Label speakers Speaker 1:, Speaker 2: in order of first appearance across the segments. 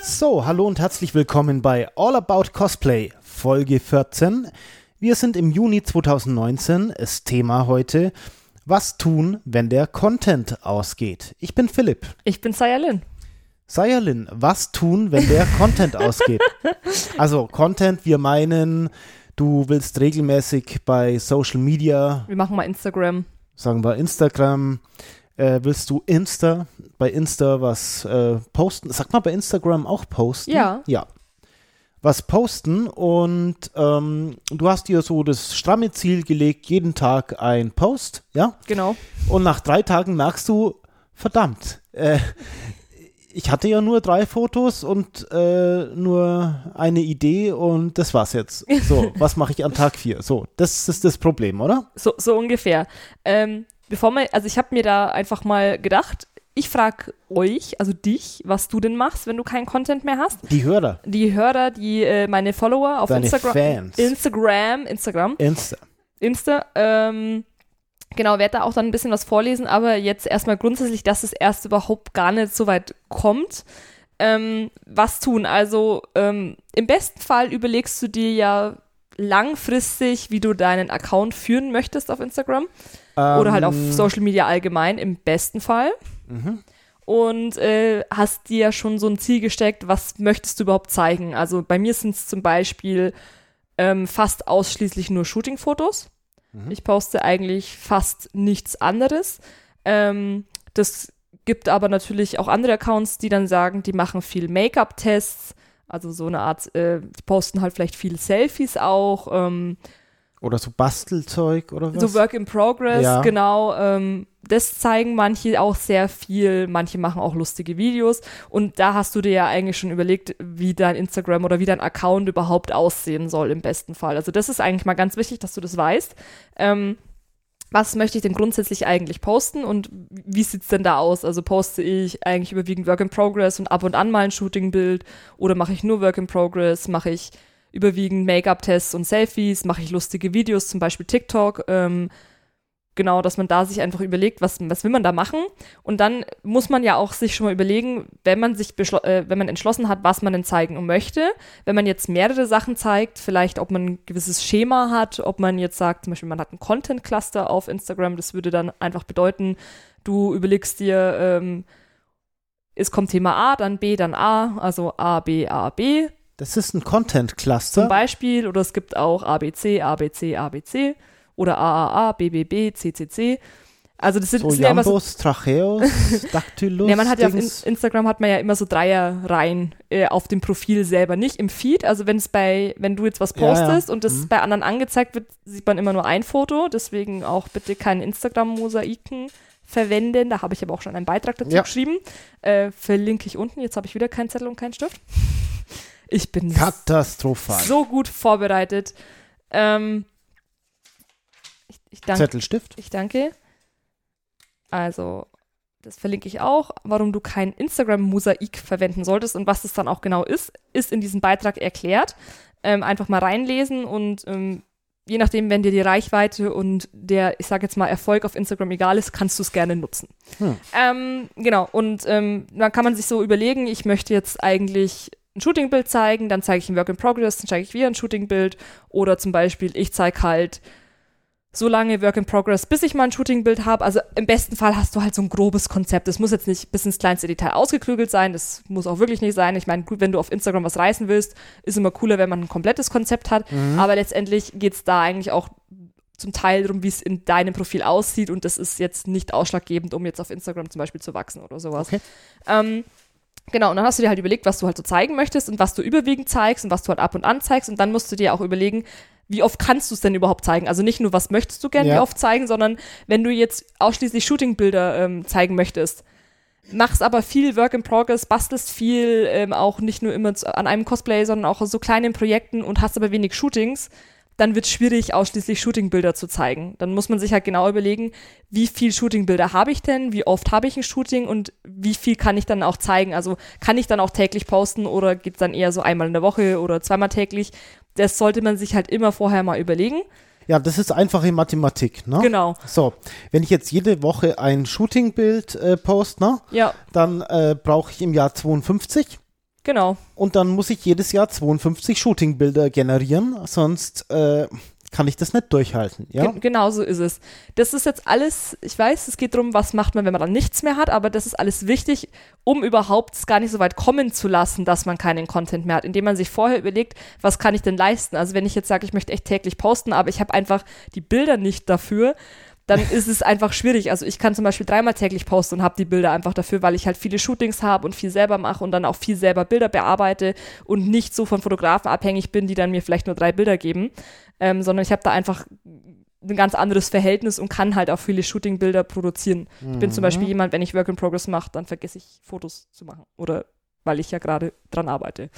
Speaker 1: So, hallo und herzlich willkommen bei All About Cosplay, Folge 14. Wir sind im Juni 2019. Das Thema heute: Was tun, wenn der Content ausgeht? Ich bin Philipp.
Speaker 2: Ich bin Sayalin.
Speaker 1: Sayalin, was tun, wenn der Content ausgeht? Also, Content, wir meinen, du willst regelmäßig bei Social Media,
Speaker 2: Wir machen mal Instagram.
Speaker 1: sagen wir Instagram, äh, willst du Insta, bei Insta was äh, posten? Sag mal bei Instagram auch posten.
Speaker 2: Ja.
Speaker 1: Ja. Was posten und ähm, du hast dir so das stramme Ziel gelegt, jeden Tag ein Post, ja?
Speaker 2: Genau.
Speaker 1: Und nach drei Tagen merkst du, verdammt, äh, ich hatte ja nur drei Fotos und äh, nur eine Idee und das war's jetzt. So, was mache ich an Tag vier? So, das ist das Problem, oder?
Speaker 2: So, so ungefähr. Ähm, bevor man, also ich habe mir da einfach mal gedacht, ich frage euch, also dich, was du denn machst, wenn du keinen Content mehr hast.
Speaker 1: Die Hörer,
Speaker 2: Die Hörer, die äh, meine Follower auf
Speaker 1: Deine
Speaker 2: Instagram,
Speaker 1: Fans.
Speaker 2: Instagram, Instagram,
Speaker 1: Insta.
Speaker 2: Insta, ähm, genau, werde da auch dann ein bisschen was vorlesen, aber jetzt erstmal grundsätzlich, dass es erst überhaupt gar nicht so weit kommt. Ähm, was tun? Also ähm, im besten Fall überlegst du dir ja langfristig, wie du deinen Account führen möchtest auf Instagram oder halt auf
Speaker 1: Ähm,
Speaker 2: Social Media allgemein, im besten Fall. Und äh, hast dir schon so ein Ziel gesteckt, was möchtest du überhaupt zeigen? Also bei mir sind es zum Beispiel ähm, fast ausschließlich nur Shooting-Fotos. Ich poste eigentlich fast nichts anderes. Ähm, das gibt aber natürlich auch andere Accounts, die dann sagen, die machen viel Make-up-Tests, also so eine Art, äh, die posten halt vielleicht viel Selfies auch, ähm,
Speaker 1: Oder so Bastelzeug oder was?
Speaker 2: so Work in Progress,
Speaker 1: Ja.
Speaker 2: genau. Ähm, das zeigen manche auch sehr viel, manche machen auch lustige Videos und da hast du dir ja eigentlich schon überlegt, wie dein Instagram oder wie dein Account überhaupt aussehen soll im besten Fall. Also das ist eigentlich mal ganz wichtig, dass du das weißt. Ähm, was möchte ich denn grundsätzlich eigentlich posten und wie sieht's denn da aus? Also poste ich eigentlich überwiegend Work in Progress und ab und an mal ein Shootingbild oder mache ich nur Work in Progress? Mache ich überwiegend Make-up-Tests und Selfies? Mache ich lustige Videos, zum Beispiel TikTok? Ähm, genau, dass man da sich einfach überlegt, was, was will man da machen? Und dann muss man ja auch sich schon mal überlegen, wenn man sich beschlo- äh, wenn man entschlossen hat, was man denn zeigen möchte, wenn man jetzt mehrere Sachen zeigt, vielleicht ob man ein gewisses Schema hat, ob man jetzt sagt, zum Beispiel man hat ein Content Cluster auf Instagram, das würde dann einfach bedeuten, du überlegst dir, ähm, es kommt Thema A, dann B, dann A, also A, B, A, B
Speaker 1: das ist ein
Speaker 2: zum
Speaker 1: Content-Cluster.
Speaker 2: Beispiel oder es gibt auch ABC, ABC, ABC oder AAA, BBB, CCC. Also das sind,
Speaker 1: So
Speaker 2: das sind ja immer so
Speaker 1: Jambos, Tracheos, Dactylus.
Speaker 2: ja, man hat ja auf In-
Speaker 1: Dings.
Speaker 2: Instagram hat man ja immer so Dreierreihen äh, auf dem Profil selber, nicht im Feed. Also wenn es bei, wenn du jetzt was
Speaker 1: Ja, Mhm. ja.
Speaker 2: postest und das bei anderen angezeigt wird, sieht man immer nur ein Foto. Deswegen auch bitte keine Instagram-Mosaiken verwenden. Da habe ich aber auch schon einen Beitrag dazu
Speaker 1: Ja.
Speaker 2: geschrieben. Äh, verlinke ich unten. Jetzt habe ich wieder keinen Zettel und keinen Stift. Ich bin
Speaker 1: Katastrophal.
Speaker 2: so gut vorbereitet. Ähm, ich, ich danke
Speaker 1: Zettelstift.
Speaker 2: ich danke. Also, das verlinke ich auch. Warum du kein Instagram-Mosaik verwenden solltest und was das dann auch genau ist, ist in diesem Beitrag erklärt. Ähm, einfach mal reinlesen und ähm, je nachdem, wenn dir die Reichweite und der, ich sage jetzt mal, Erfolg auf Instagram egal ist, kannst du es gerne nutzen.
Speaker 1: Hm.
Speaker 2: Ähm, genau, und ähm, dann kann man sich so überlegen, ich möchte jetzt eigentlich ein Shootingbild zeigen, dann zeige ich ein Work in Progress, dann zeige ich wieder ein Shootingbild oder zum Beispiel, ich zeige halt so lange Work in Progress, bis ich mal ein Shootingbild habe. Also im besten Fall hast du halt so ein grobes Konzept. Das muss jetzt nicht bis ins kleinste Detail ausgeklügelt sein. Das muss auch wirklich nicht sein. Ich meine, gut, wenn du auf Instagram was reißen willst, ist immer cooler, wenn man ein komplettes Konzept hat.
Speaker 1: Mhm.
Speaker 2: Aber letztendlich geht es da eigentlich auch zum Teil darum, wie es in deinem Profil aussieht. Und das ist jetzt nicht ausschlaggebend, um jetzt auf Instagram zum Beispiel zu wachsen oder sowas.
Speaker 1: Okay.
Speaker 2: Ähm, Genau, und dann hast du dir halt überlegt, was du halt so zeigen möchtest und was du überwiegend zeigst und was du halt ab und an zeigst. Und dann musst du dir auch überlegen, wie oft kannst du es denn überhaupt zeigen? Also nicht nur, was möchtest du gerne
Speaker 1: Ja.
Speaker 2: wie oft zeigen, sondern wenn du jetzt ausschließlich Shootingbilder ähm, zeigen möchtest, machst aber viel Work in Progress, bastelst viel, ähm, auch nicht nur immer zu, an einem Cosplay, sondern auch aus so kleinen Projekten und hast aber wenig Shootings, dann wird es schwierig, ausschließlich Shootingbilder zu zeigen. Dann muss man sich halt genau überlegen, wie viel Shootingbilder habe ich denn, wie oft habe ich ein Shooting und wie viel kann ich dann auch zeigen. Also kann ich dann auch täglich posten oder geht es dann eher so einmal in der Woche oder zweimal täglich. Das sollte man sich halt immer vorher mal überlegen.
Speaker 1: Ja, das ist einfache Mathematik, ne?
Speaker 2: Genau.
Speaker 1: So, wenn ich jetzt jede Woche ein Shootingbild äh, poste, ne?
Speaker 2: Ja,
Speaker 1: Dann äh, brauche ich im Jahr 52.
Speaker 2: Genau.
Speaker 1: Und dann muss ich jedes Jahr 52 Shootingbilder generieren, sonst äh, kann ich das nicht durchhalten. Ja?
Speaker 2: Gen- Genau so ist es. Das ist jetzt alles, ich weiß, es geht darum, was macht man, wenn man dann nichts mehr hat, aber das ist alles wichtig, um überhaupt es gar nicht so weit kommen zu lassen, dass man keinen Content mehr hat, indem man sich vorher überlegt, was kann ich denn leisten? Also wenn ich jetzt sage, ich möchte echt täglich posten, aber ich habe einfach die Bilder nicht dafür, dann ist es einfach schwierig. Also ich kann zum Beispiel dreimal täglich posten und habe die Bilder einfach dafür, weil ich halt viele Shootings habe und viel selber mache und dann auch viel selber Bilder bearbeite und nicht so von Fotografen abhängig bin, die dann mir vielleicht nur drei Bilder geben, ähm, sondern ich habe da einfach ein ganz anderes Verhältnis und kann halt auch viele Shootingbilder produzieren. Ich bin zum Beispiel jemand, wenn ich Work in Progress mache, dann vergesse ich Fotos zu machen oder weil ich ja gerade dran arbeite.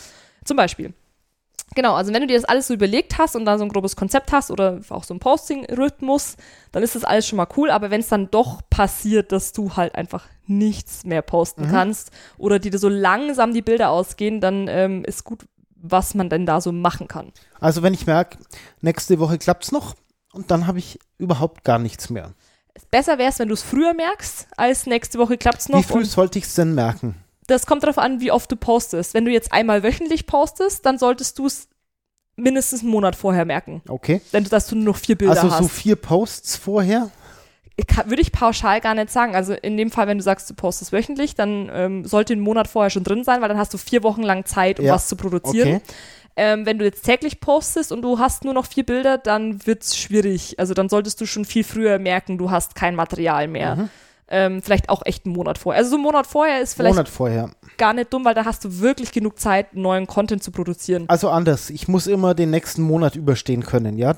Speaker 2: Zum Beispiel. Genau, also wenn du dir das alles so überlegt hast und dann so ein grobes Konzept hast oder auch so einen Posting-Rhythmus, dann ist das alles schon mal cool. Aber wenn es dann doch passiert, dass du halt einfach nichts mehr posten kannst oder dir so langsam die Bilder ausgehen, dann ähm, ist gut, was man denn da so machen kann.
Speaker 1: Also wenn ich merke, nächste Woche klappt es noch und dann habe ich überhaupt gar nichts mehr.
Speaker 2: Besser wäre es, wenn du es früher merkst, als nächste Woche klappt es noch.
Speaker 1: Wie früh
Speaker 2: und-
Speaker 1: sollte ich es denn merken?
Speaker 2: das kommt darauf an, wie oft du postest. Wenn du jetzt einmal wöchentlich postest, dann solltest du es mindestens einen Monat vorher merken,
Speaker 1: Okay.
Speaker 2: denn dass du nur noch vier Bilder
Speaker 1: also
Speaker 2: hast.
Speaker 1: so vier Posts vorher.
Speaker 2: Ich kann- Würde ich pauschal gar nicht sagen. Also in dem Fall, wenn du sagst, du postest wöchentlich, dann ähm, sollte ein Monat vorher schon drin sein, weil dann hast du vier Wochen lang Zeit, um
Speaker 1: Ja.
Speaker 2: was zu produzieren.
Speaker 1: Okay.
Speaker 2: Ähm, wenn du jetzt täglich postest und du hast nur noch vier Bilder, dann wird's schwierig. Also dann solltest du schon viel früher merken, du hast kein Material mehr. Ähm, vielleicht auch echt einen Monat vorher. Also so einen Monat vorher ist vielleicht
Speaker 1: Monat vorher.
Speaker 2: gar nicht dumm, weil da hast du wirklich genug Zeit, neuen Content zu produzieren.
Speaker 1: Also anders. Ich muss immer den nächsten Monat überstehen können, ja?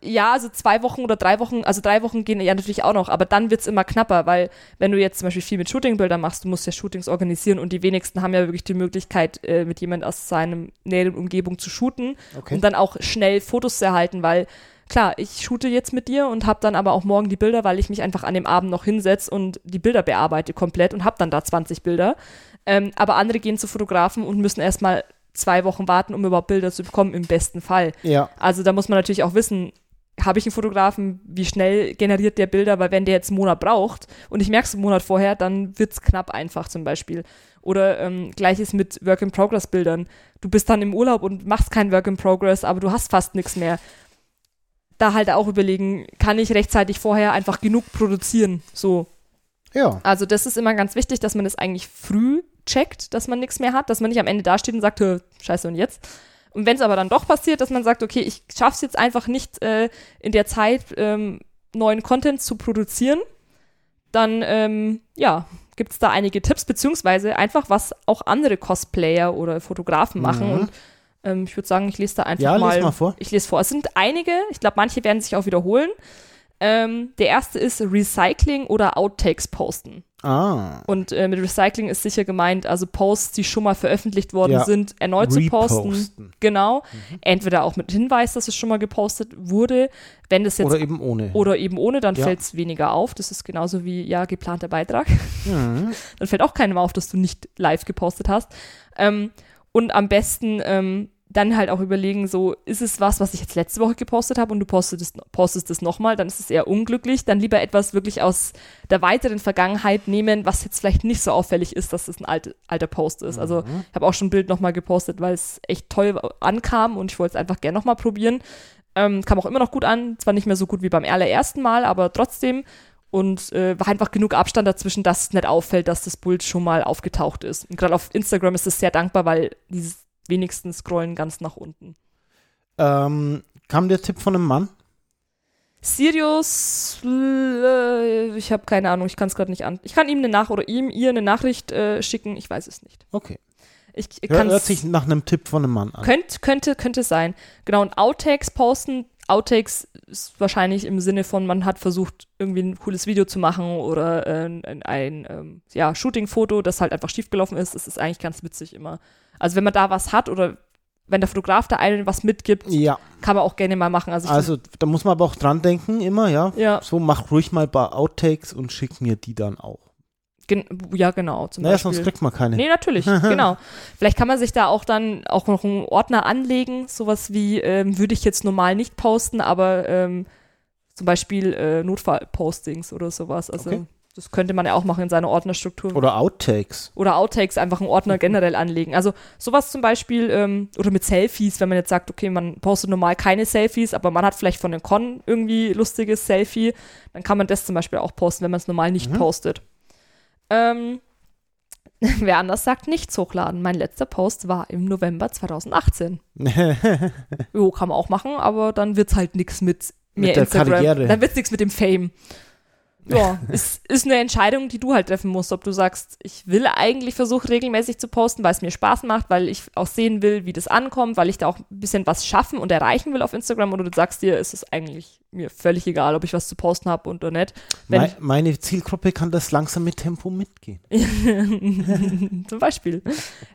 Speaker 2: Ja, also zwei Wochen oder drei Wochen, also drei Wochen gehen ja natürlich auch noch, aber dann wird's immer knapper, weil wenn du jetzt zum Beispiel viel mit Shootingbildern machst, du musst ja Shootings organisieren und die wenigsten haben ja wirklich die Möglichkeit, äh, mit jemand aus seinem näheren Umgebung zu shooten
Speaker 1: Okay.
Speaker 2: und dann auch schnell Fotos zu erhalten, weil klar, ich shoote jetzt mit dir und habe dann aber auch morgen die Bilder, weil ich mich einfach an dem Abend noch hinsetz und die Bilder bearbeite komplett und habe dann da 20 Bilder. Ähm, aber andere gehen zu Fotografen und müssen erstmal zwei Wochen warten, um überhaupt Bilder zu bekommen, im besten Fall.
Speaker 1: Ja.
Speaker 2: Also da muss man natürlich auch wissen, habe ich einen Fotografen, wie schnell generiert der Bilder, weil wenn der jetzt einen Monat braucht und ich merke es einen Monat vorher, dann wird es knapp einfach zum Beispiel. Oder ähm, gleiches mit Work-in-Progress-Bildern. Du bist dann im Urlaub und machst kein Work-in-Progress, aber du hast fast nichts mehr. Da halt auch überlegen, kann ich rechtzeitig vorher einfach genug produzieren? So,
Speaker 1: Ja.
Speaker 2: also das ist immer ganz wichtig, dass man das eigentlich früh checkt, dass man nichts mehr hat, dass man nicht am Ende dasteht und sagt, "Hö, scheiße und jetzt. Und wenn es aber dann doch passiert, dass man sagt, okay, ich schaff's jetzt einfach nicht äh, in der Zeit ähm, neuen Content zu produzieren, dann ähm, ja, gibt's da einige Tipps, beziehungsweise einfach, was auch andere Cosplayer oder Fotografen machen.
Speaker 1: Mhm.
Speaker 2: Und ähm, ich würde sagen, ich lese da einfach
Speaker 1: Ja,
Speaker 2: mal.
Speaker 1: lies mal vor.
Speaker 2: Ich lese vor. Es sind einige, ich glaube, manche werden sich auch wiederholen. Ähm, der erste ist Recycling oder Outtakes posten.
Speaker 1: Ah.
Speaker 2: Und äh, mit Recycling ist sicher gemeint, also Posts, die schon mal veröffentlicht worden
Speaker 1: Ja.
Speaker 2: sind, erneut zu posten.
Speaker 1: Reposten. Mhm.
Speaker 2: Genau. Entweder auch mit Hinweis, dass es schon mal gepostet wurde. Wenn das jetzt
Speaker 1: Oder eben ohne.
Speaker 2: oder eben ohne, dann
Speaker 1: Ja.
Speaker 2: fällt es weniger auf. Das ist genauso wie, ja, geplanter Beitrag.
Speaker 1: Mhm.
Speaker 2: Dann fällt auch keinem auf, dass du nicht live gepostet hast. Ähm, und am besten ähm, dann halt auch überlegen, so, ist es was, was ich jetzt letzte Woche gepostet habe und du postest, postest es nochmal, dann ist es eher unglücklich. Dann lieber etwas wirklich aus der weiteren Vergangenheit nehmen, was jetzt vielleicht nicht so auffällig ist, dass es ein alte, alter Post ist. Also ich habe auch schon ein Bild nochmal gepostet, weil es echt toll wa- ankam und ich wollte es einfach gerne nochmal probieren. Ähm, kam auch immer noch gut an, zwar nicht mehr so gut wie beim allerersten Mal, aber trotzdem. Und äh, war einfach genug Abstand dazwischen, dass es nicht auffällt, dass das Bild schon mal aufgetaucht ist. Und gerade auf Instagram ist es sehr dankbar, weil die wenigsten scrollen ganz nach unten.
Speaker 1: Ähm, kam der Tipp von einem Mann?
Speaker 2: Sirius, äh, ich habe keine Ahnung, ich kann es gerade nicht an. Ich kann ihm eine Nach oder ihm ihr eine Nachricht äh, schicken, ich weiß es nicht.
Speaker 1: Okay.
Speaker 2: Ich, ich
Speaker 1: Hör,
Speaker 2: kann's-
Speaker 1: hört sich nach einem Tipp von einem Mann an.
Speaker 2: Könnt, könnte, könnte sein. Genau, und Outtakes posten. Outtakes ist wahrscheinlich im Sinne von, man hat versucht, irgendwie ein cooles Video zu machen oder äh, ein, ein ähm, ja, Shooting-Foto, das halt einfach schiefgelaufen ist. Das ist eigentlich ganz witzig immer. Also wenn man da was hat oder wenn der Fotograf da einem was mitgibt,
Speaker 1: Ja.
Speaker 2: kann man auch gerne mal machen. Also, ich
Speaker 1: Also da muss man aber auch dran denken, immer, ja.
Speaker 2: ja,
Speaker 1: So, mach ruhig mal ein paar Outtakes und schick mir die dann auch.
Speaker 2: gen ja, genau. Zum
Speaker 1: Naja,
Speaker 2: Beispiel.
Speaker 1: sonst kriegt man keine.
Speaker 2: Nee, natürlich, genau. Vielleicht kann man sich da auch dann auch noch einen Ordner anlegen, sowas wie, ähm, würde ich jetzt normal nicht posten, aber ähm, zum Beispiel äh, Notfallpostings oder sowas. Also
Speaker 1: Okay.
Speaker 2: Das könnte man ja auch machen in seiner Ordnerstruktur.
Speaker 1: Oder Outtakes.
Speaker 2: Oder Outtakes einfach einen Ordner generell anlegen. Also sowas zum Beispiel, ähm, oder mit Selfies, wenn man jetzt sagt, okay, man postet normal keine Selfies, aber man hat vielleicht von den Con irgendwie lustiges Selfie, dann kann man das zum Beispiel auch posten, wenn man es normal nicht
Speaker 1: Mhm.
Speaker 2: postet. Ähm, wer anders sagt, nichts hochladen. Mein letzter Post war im November 2018. Jo, kann man auch machen, aber dann wird's halt nichts mit mehr
Speaker 1: Mit der
Speaker 2: Instagram.
Speaker 1: Karriere.
Speaker 2: Dann wird's nichts mit dem Fame. Ja, ist, ist eine Entscheidung, die du halt treffen musst, ob du sagst, ich will eigentlich versuchen, regelmäßig zu posten, weil es mir Spaß macht, weil ich auch sehen will, wie das ankommt, weil ich da auch ein bisschen was schaffen und erreichen will auf Instagram oder du sagst dir, es ist eigentlich mir völlig egal, ob ich was zu posten habe oder nicht. Wenn
Speaker 1: Me meine Zielgruppe kann das langsam mit Tempo mitgehen.
Speaker 2: Zum Beispiel.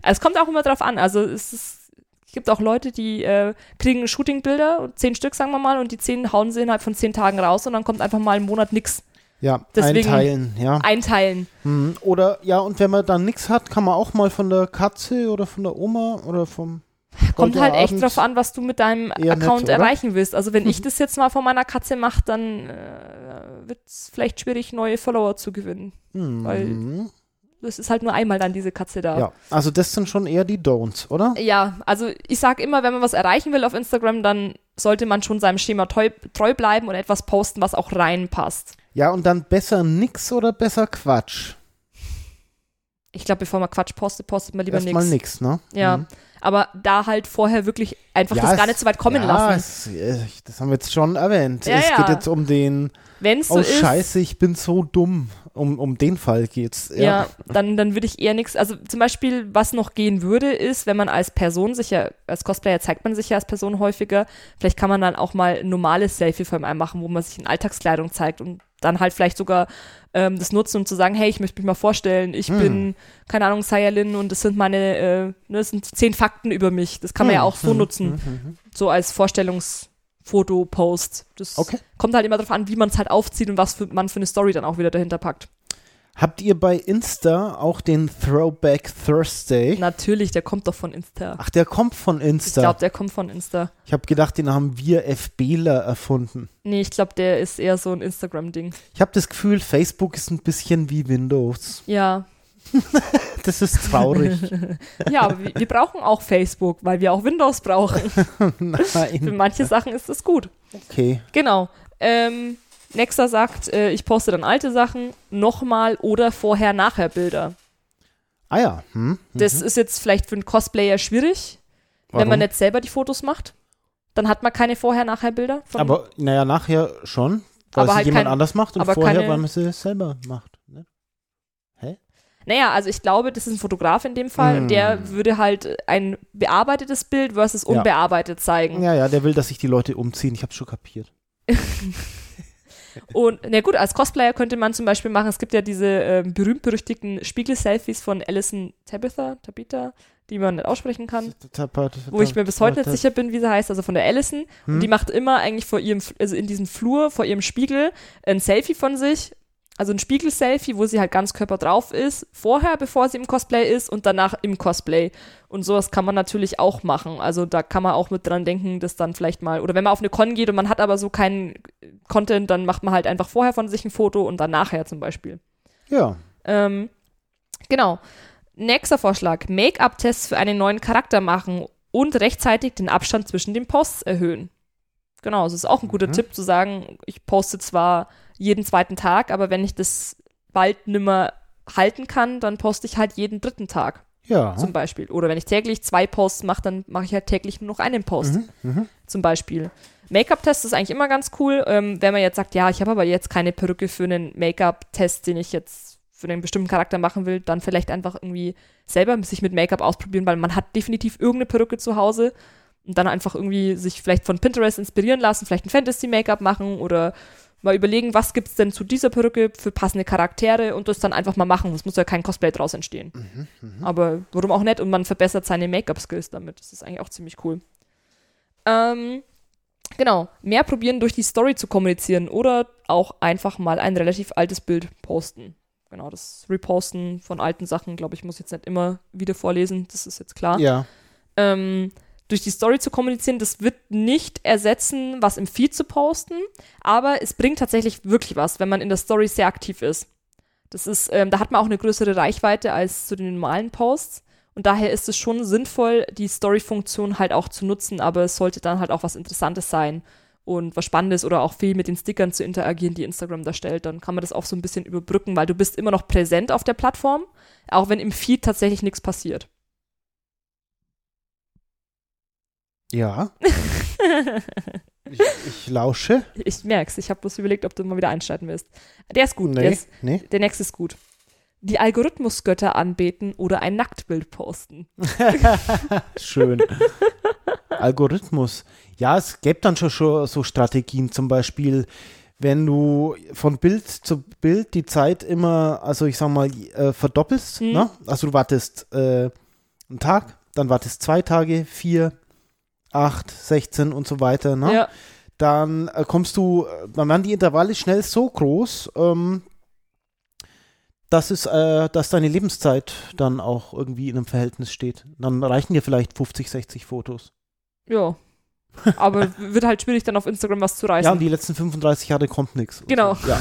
Speaker 2: Es kommt auch immer drauf an. Also es ist, es gibt auch Leute, die äh, kriegen Shootingbilder, zehn Stück, sagen wir mal, und die zehn hauen sie innerhalb von zehn Tagen raus und dann kommt einfach mal einen Monat nix
Speaker 1: Ja,
Speaker 2: Deswegen-
Speaker 1: einteilen, ja.
Speaker 2: einteilen.
Speaker 1: Mhm. Oder ja, und wenn man dann nichts hat, kann man auch mal von der Katze oder von der Oma oder vom
Speaker 2: Kommt halt echt
Speaker 1: Goldabend-
Speaker 2: drauf an, was du mit deinem
Speaker 1: Eher nett,
Speaker 2: Account
Speaker 1: oder? Mhm.
Speaker 2: erreichen willst. Also wenn ich das jetzt mal von meiner Katze mache, dann äh, wird es vielleicht schwierig, neue Follower zu gewinnen.
Speaker 1: Mhm.
Speaker 2: weil- Das ist halt nur einmal dann diese Katze da.
Speaker 1: Ja, also das sind schon eher die Don'ts, oder?
Speaker 2: Ja, also ich sag immer, wenn man was erreichen will auf Instagram, dann sollte man schon seinem Schema treu, treu bleiben und etwas posten, was auch reinpasst.
Speaker 1: Ja, und dann besser nix oder besser Quatsch.
Speaker 2: Ich glaube, bevor man Quatsch postet, postet man lieber
Speaker 1: Erstmal
Speaker 2: nichts.
Speaker 1: nix, ne?
Speaker 2: Ja,
Speaker 1: Mhm.
Speaker 2: aber da halt vorher wirklich einfach das gar nicht so weit kommen
Speaker 1: ja, Es,
Speaker 2: lassen.
Speaker 1: äh, das haben wir jetzt schon erwähnt.
Speaker 2: Ja,
Speaker 1: es
Speaker 2: ja.
Speaker 1: geht jetzt um den,
Speaker 2: Wenn es so
Speaker 1: oh
Speaker 2: ist,
Speaker 1: scheiße, ich bin so dumm. Um, um den Fall geht's.
Speaker 2: ja. dann, dann würde ich eher nichts. Also zum Beispiel, was noch gehen würde, ist, wenn man als Person sich ja, als Cosplayer zeigt man sich ja als Person häufiger, vielleicht kann man dann auch mal ein normales Selfie von einem machen, wo man sich in Alltagskleidung zeigt und dann halt vielleicht sogar ähm, das nutzen, um zu sagen, hey, ich möchte mich mal vorstellen, ich
Speaker 1: Hm.
Speaker 2: bin, keine Ahnung, Sayalin und das sind meine, äh, ne, das sind zehn Fakten über mich. Das kann man ja
Speaker 1: Hm,
Speaker 2: auch so
Speaker 1: hm,
Speaker 2: nutzen.
Speaker 1: Mhm.
Speaker 2: so als Vorstellungsfoto, Post. Das
Speaker 1: Okay.
Speaker 2: kommt halt immer darauf an, wie man es halt aufzieht und was für, man für eine Story dann auch wieder dahinter packt.
Speaker 1: Habt ihr bei Insta auch den Throwback Thursday?
Speaker 2: Natürlich, der kommt doch von Insta.
Speaker 1: Ach, der kommt von
Speaker 2: Ich
Speaker 1: Insta.
Speaker 2: glaube, der kommt von Insta.
Speaker 1: Ich habe gedacht, den haben wir FBler erfunden.
Speaker 2: Nee, ich glaube, der ist eher so ein Instagram-Ding.
Speaker 1: Ich habe das Gefühl, Facebook ist ein bisschen wie Windows.
Speaker 2: Ja.
Speaker 1: Das ist traurig.
Speaker 2: Ja, aber wir, wir brauchen auch Facebook, weil wir auch Windows brauchen. Für
Speaker 1: Nein.
Speaker 2: manche Sachen ist das gut.
Speaker 1: Okay.
Speaker 2: Genau. Ähm, Nexter sagt, äh, ich poste dann alte Sachen nochmal oder vorher-nachher-Bilder.
Speaker 1: Ah ja. Hm?
Speaker 2: Das ist jetzt vielleicht für einen Cosplayer schwierig,
Speaker 1: Warum?
Speaker 2: Wenn man jetzt selber die Fotos macht, dann hat man keine Vorher-Nachher-Bilder. von-
Speaker 1: Aber naja, nachher schon, weil
Speaker 2: Aber
Speaker 1: sie
Speaker 2: halt
Speaker 1: jemand
Speaker 2: kein-
Speaker 1: anders macht und
Speaker 2: aber
Speaker 1: vorher,
Speaker 2: keine-
Speaker 1: weil man sie selber macht. Ne?
Speaker 2: naja, also ich glaube, das ist ein Fotograf in dem Fall und
Speaker 1: Mm.
Speaker 2: der würde halt ein bearbeitetes Bild versus
Speaker 1: Ja.
Speaker 2: unbearbeitet zeigen.
Speaker 1: Ja, ja, der will, dass sich die Leute umziehen. Ich habe schon kapiert.
Speaker 2: Und na gut, als Cosplayer könnte man zum Beispiel machen, es gibt ja diese ähm, berühmt-berüchtigten Spiegel-Selfies von Alison Tabitha, Tabitha, die man nicht aussprechen kann. Wo ich mir bis heute nicht sicher bin, wie sie heißt, also von der Alison. Und die macht immer eigentlich vor ihrem, also in diesem Flur, vor ihrem Spiegel, ein Selfie von sich. Also ein Spiegel-Selfie, wo sie halt ganz Körper drauf ist, vorher, bevor sie im Cosplay ist und danach im Cosplay. Und sowas kann man natürlich auch machen. Also da kann man auch mit dran denken, dass dann vielleicht mal, oder wenn man auf eine Con geht und man hat aber so keinen Content, dann macht man halt einfach vorher von sich ein Foto und dann nachher zum Beispiel.
Speaker 1: Ja.
Speaker 2: Ähm, genau. Nächster Vorschlag: Make-up-Tests für einen neuen Charakter machen und rechtzeitig den Abstand zwischen den Posts erhöhen. Genau, das ist auch ein guter
Speaker 1: Mhm.
Speaker 2: Tipp zu sagen, ich poste zwar jeden zweiten Tag, aber wenn ich das bald nimmer halten kann, dann poste ich halt jeden dritten Tag
Speaker 1: Ja.
Speaker 2: zum Beispiel. Oder wenn ich täglich zwei Posts mache, dann mache ich halt täglich nur noch einen Post
Speaker 1: Mhm, mhm.
Speaker 2: zum Beispiel. Make-up-Test ist eigentlich immer ganz cool, ähm, wenn man jetzt sagt, ja, ich habe aber jetzt keine Perücke für einen Make-up-Test, den ich jetzt für einen bestimmten Charakter machen will, dann vielleicht einfach irgendwie selber sich mit Make-up ausprobieren, weil man hat definitiv irgendeine Perücke zu Hause und dann einfach irgendwie sich vielleicht von Pinterest inspirieren lassen, vielleicht ein Fantasy-Make-up machen oder mal überlegen, was gibt's denn zu dieser Perücke für passende Charaktere und das dann einfach mal machen. Es muss ja kein Cosplay draus entstehen. Aber warum auch nicht? Und man verbessert seine Make-up-Skills damit. Das ist eigentlich auch ziemlich cool. Ähm, genau, mehr probieren, durch die Story zu kommunizieren oder auch einfach mal ein relativ altes Bild posten. Genau, das Reposten von alten Sachen, glaube ich, muss ich jetzt nicht immer wieder vorlesen, das ist jetzt klar.
Speaker 1: Ja.
Speaker 2: Ähm, durch die Story zu kommunizieren, das wird nicht ersetzen, was im Feed zu posten, aber es bringt tatsächlich wirklich was, wenn man in der Story sehr aktiv ist. Das ist, ähm, da hat man auch eine größere Reichweite als zu den normalen Posts. Und daher ist es schon sinnvoll, die Story-Funktion halt auch zu nutzen, aber es sollte dann halt auch was Interessantes sein und was Spannendes oder auch viel mit den Stickern zu interagieren, die Instagram da stellt. Dann kann man das auch so ein bisschen überbrücken, weil du bist immer noch präsent auf der Plattform, auch wenn im Feed tatsächlich nichts passiert.
Speaker 1: Ja. ich, ich lausche.
Speaker 2: Ich merk's, ich habe bloß überlegt, ob du mal wieder einschalten wirst. Der ist gut, ne?
Speaker 1: Nee,
Speaker 2: der, ist,
Speaker 1: nee.
Speaker 2: der nächste ist gut. Die Algorithmusgötter anbeten oder ein Nacktbild posten.
Speaker 1: Schön. Algorithmus. Ja, es gäbe dann schon, schon so Strategien, zum Beispiel, wenn du von Bild zu Bild die Zeit immer, also ich sag mal, äh, verdoppelst.
Speaker 2: Mhm.
Speaker 1: Ne? Also du wartest äh, einen Tag, dann wartest zwei Tage, vier, acht, 16 und so weiter. Ne?
Speaker 2: Ja,
Speaker 1: dann äh, kommst du, äh, dann werden die Intervalle schnell so groß, ähm, dass, es, äh, dass deine Lebenszeit dann auch irgendwie in einem Verhältnis steht. Dann reichen dir vielleicht 50, 60 Fotos.
Speaker 2: ja. Aber wird halt schwierig, dann auf Instagram was zu reißen.
Speaker 1: Ja, und die letzten 35 Jahre kommt nichts.
Speaker 2: Genau.
Speaker 1: So. Ja.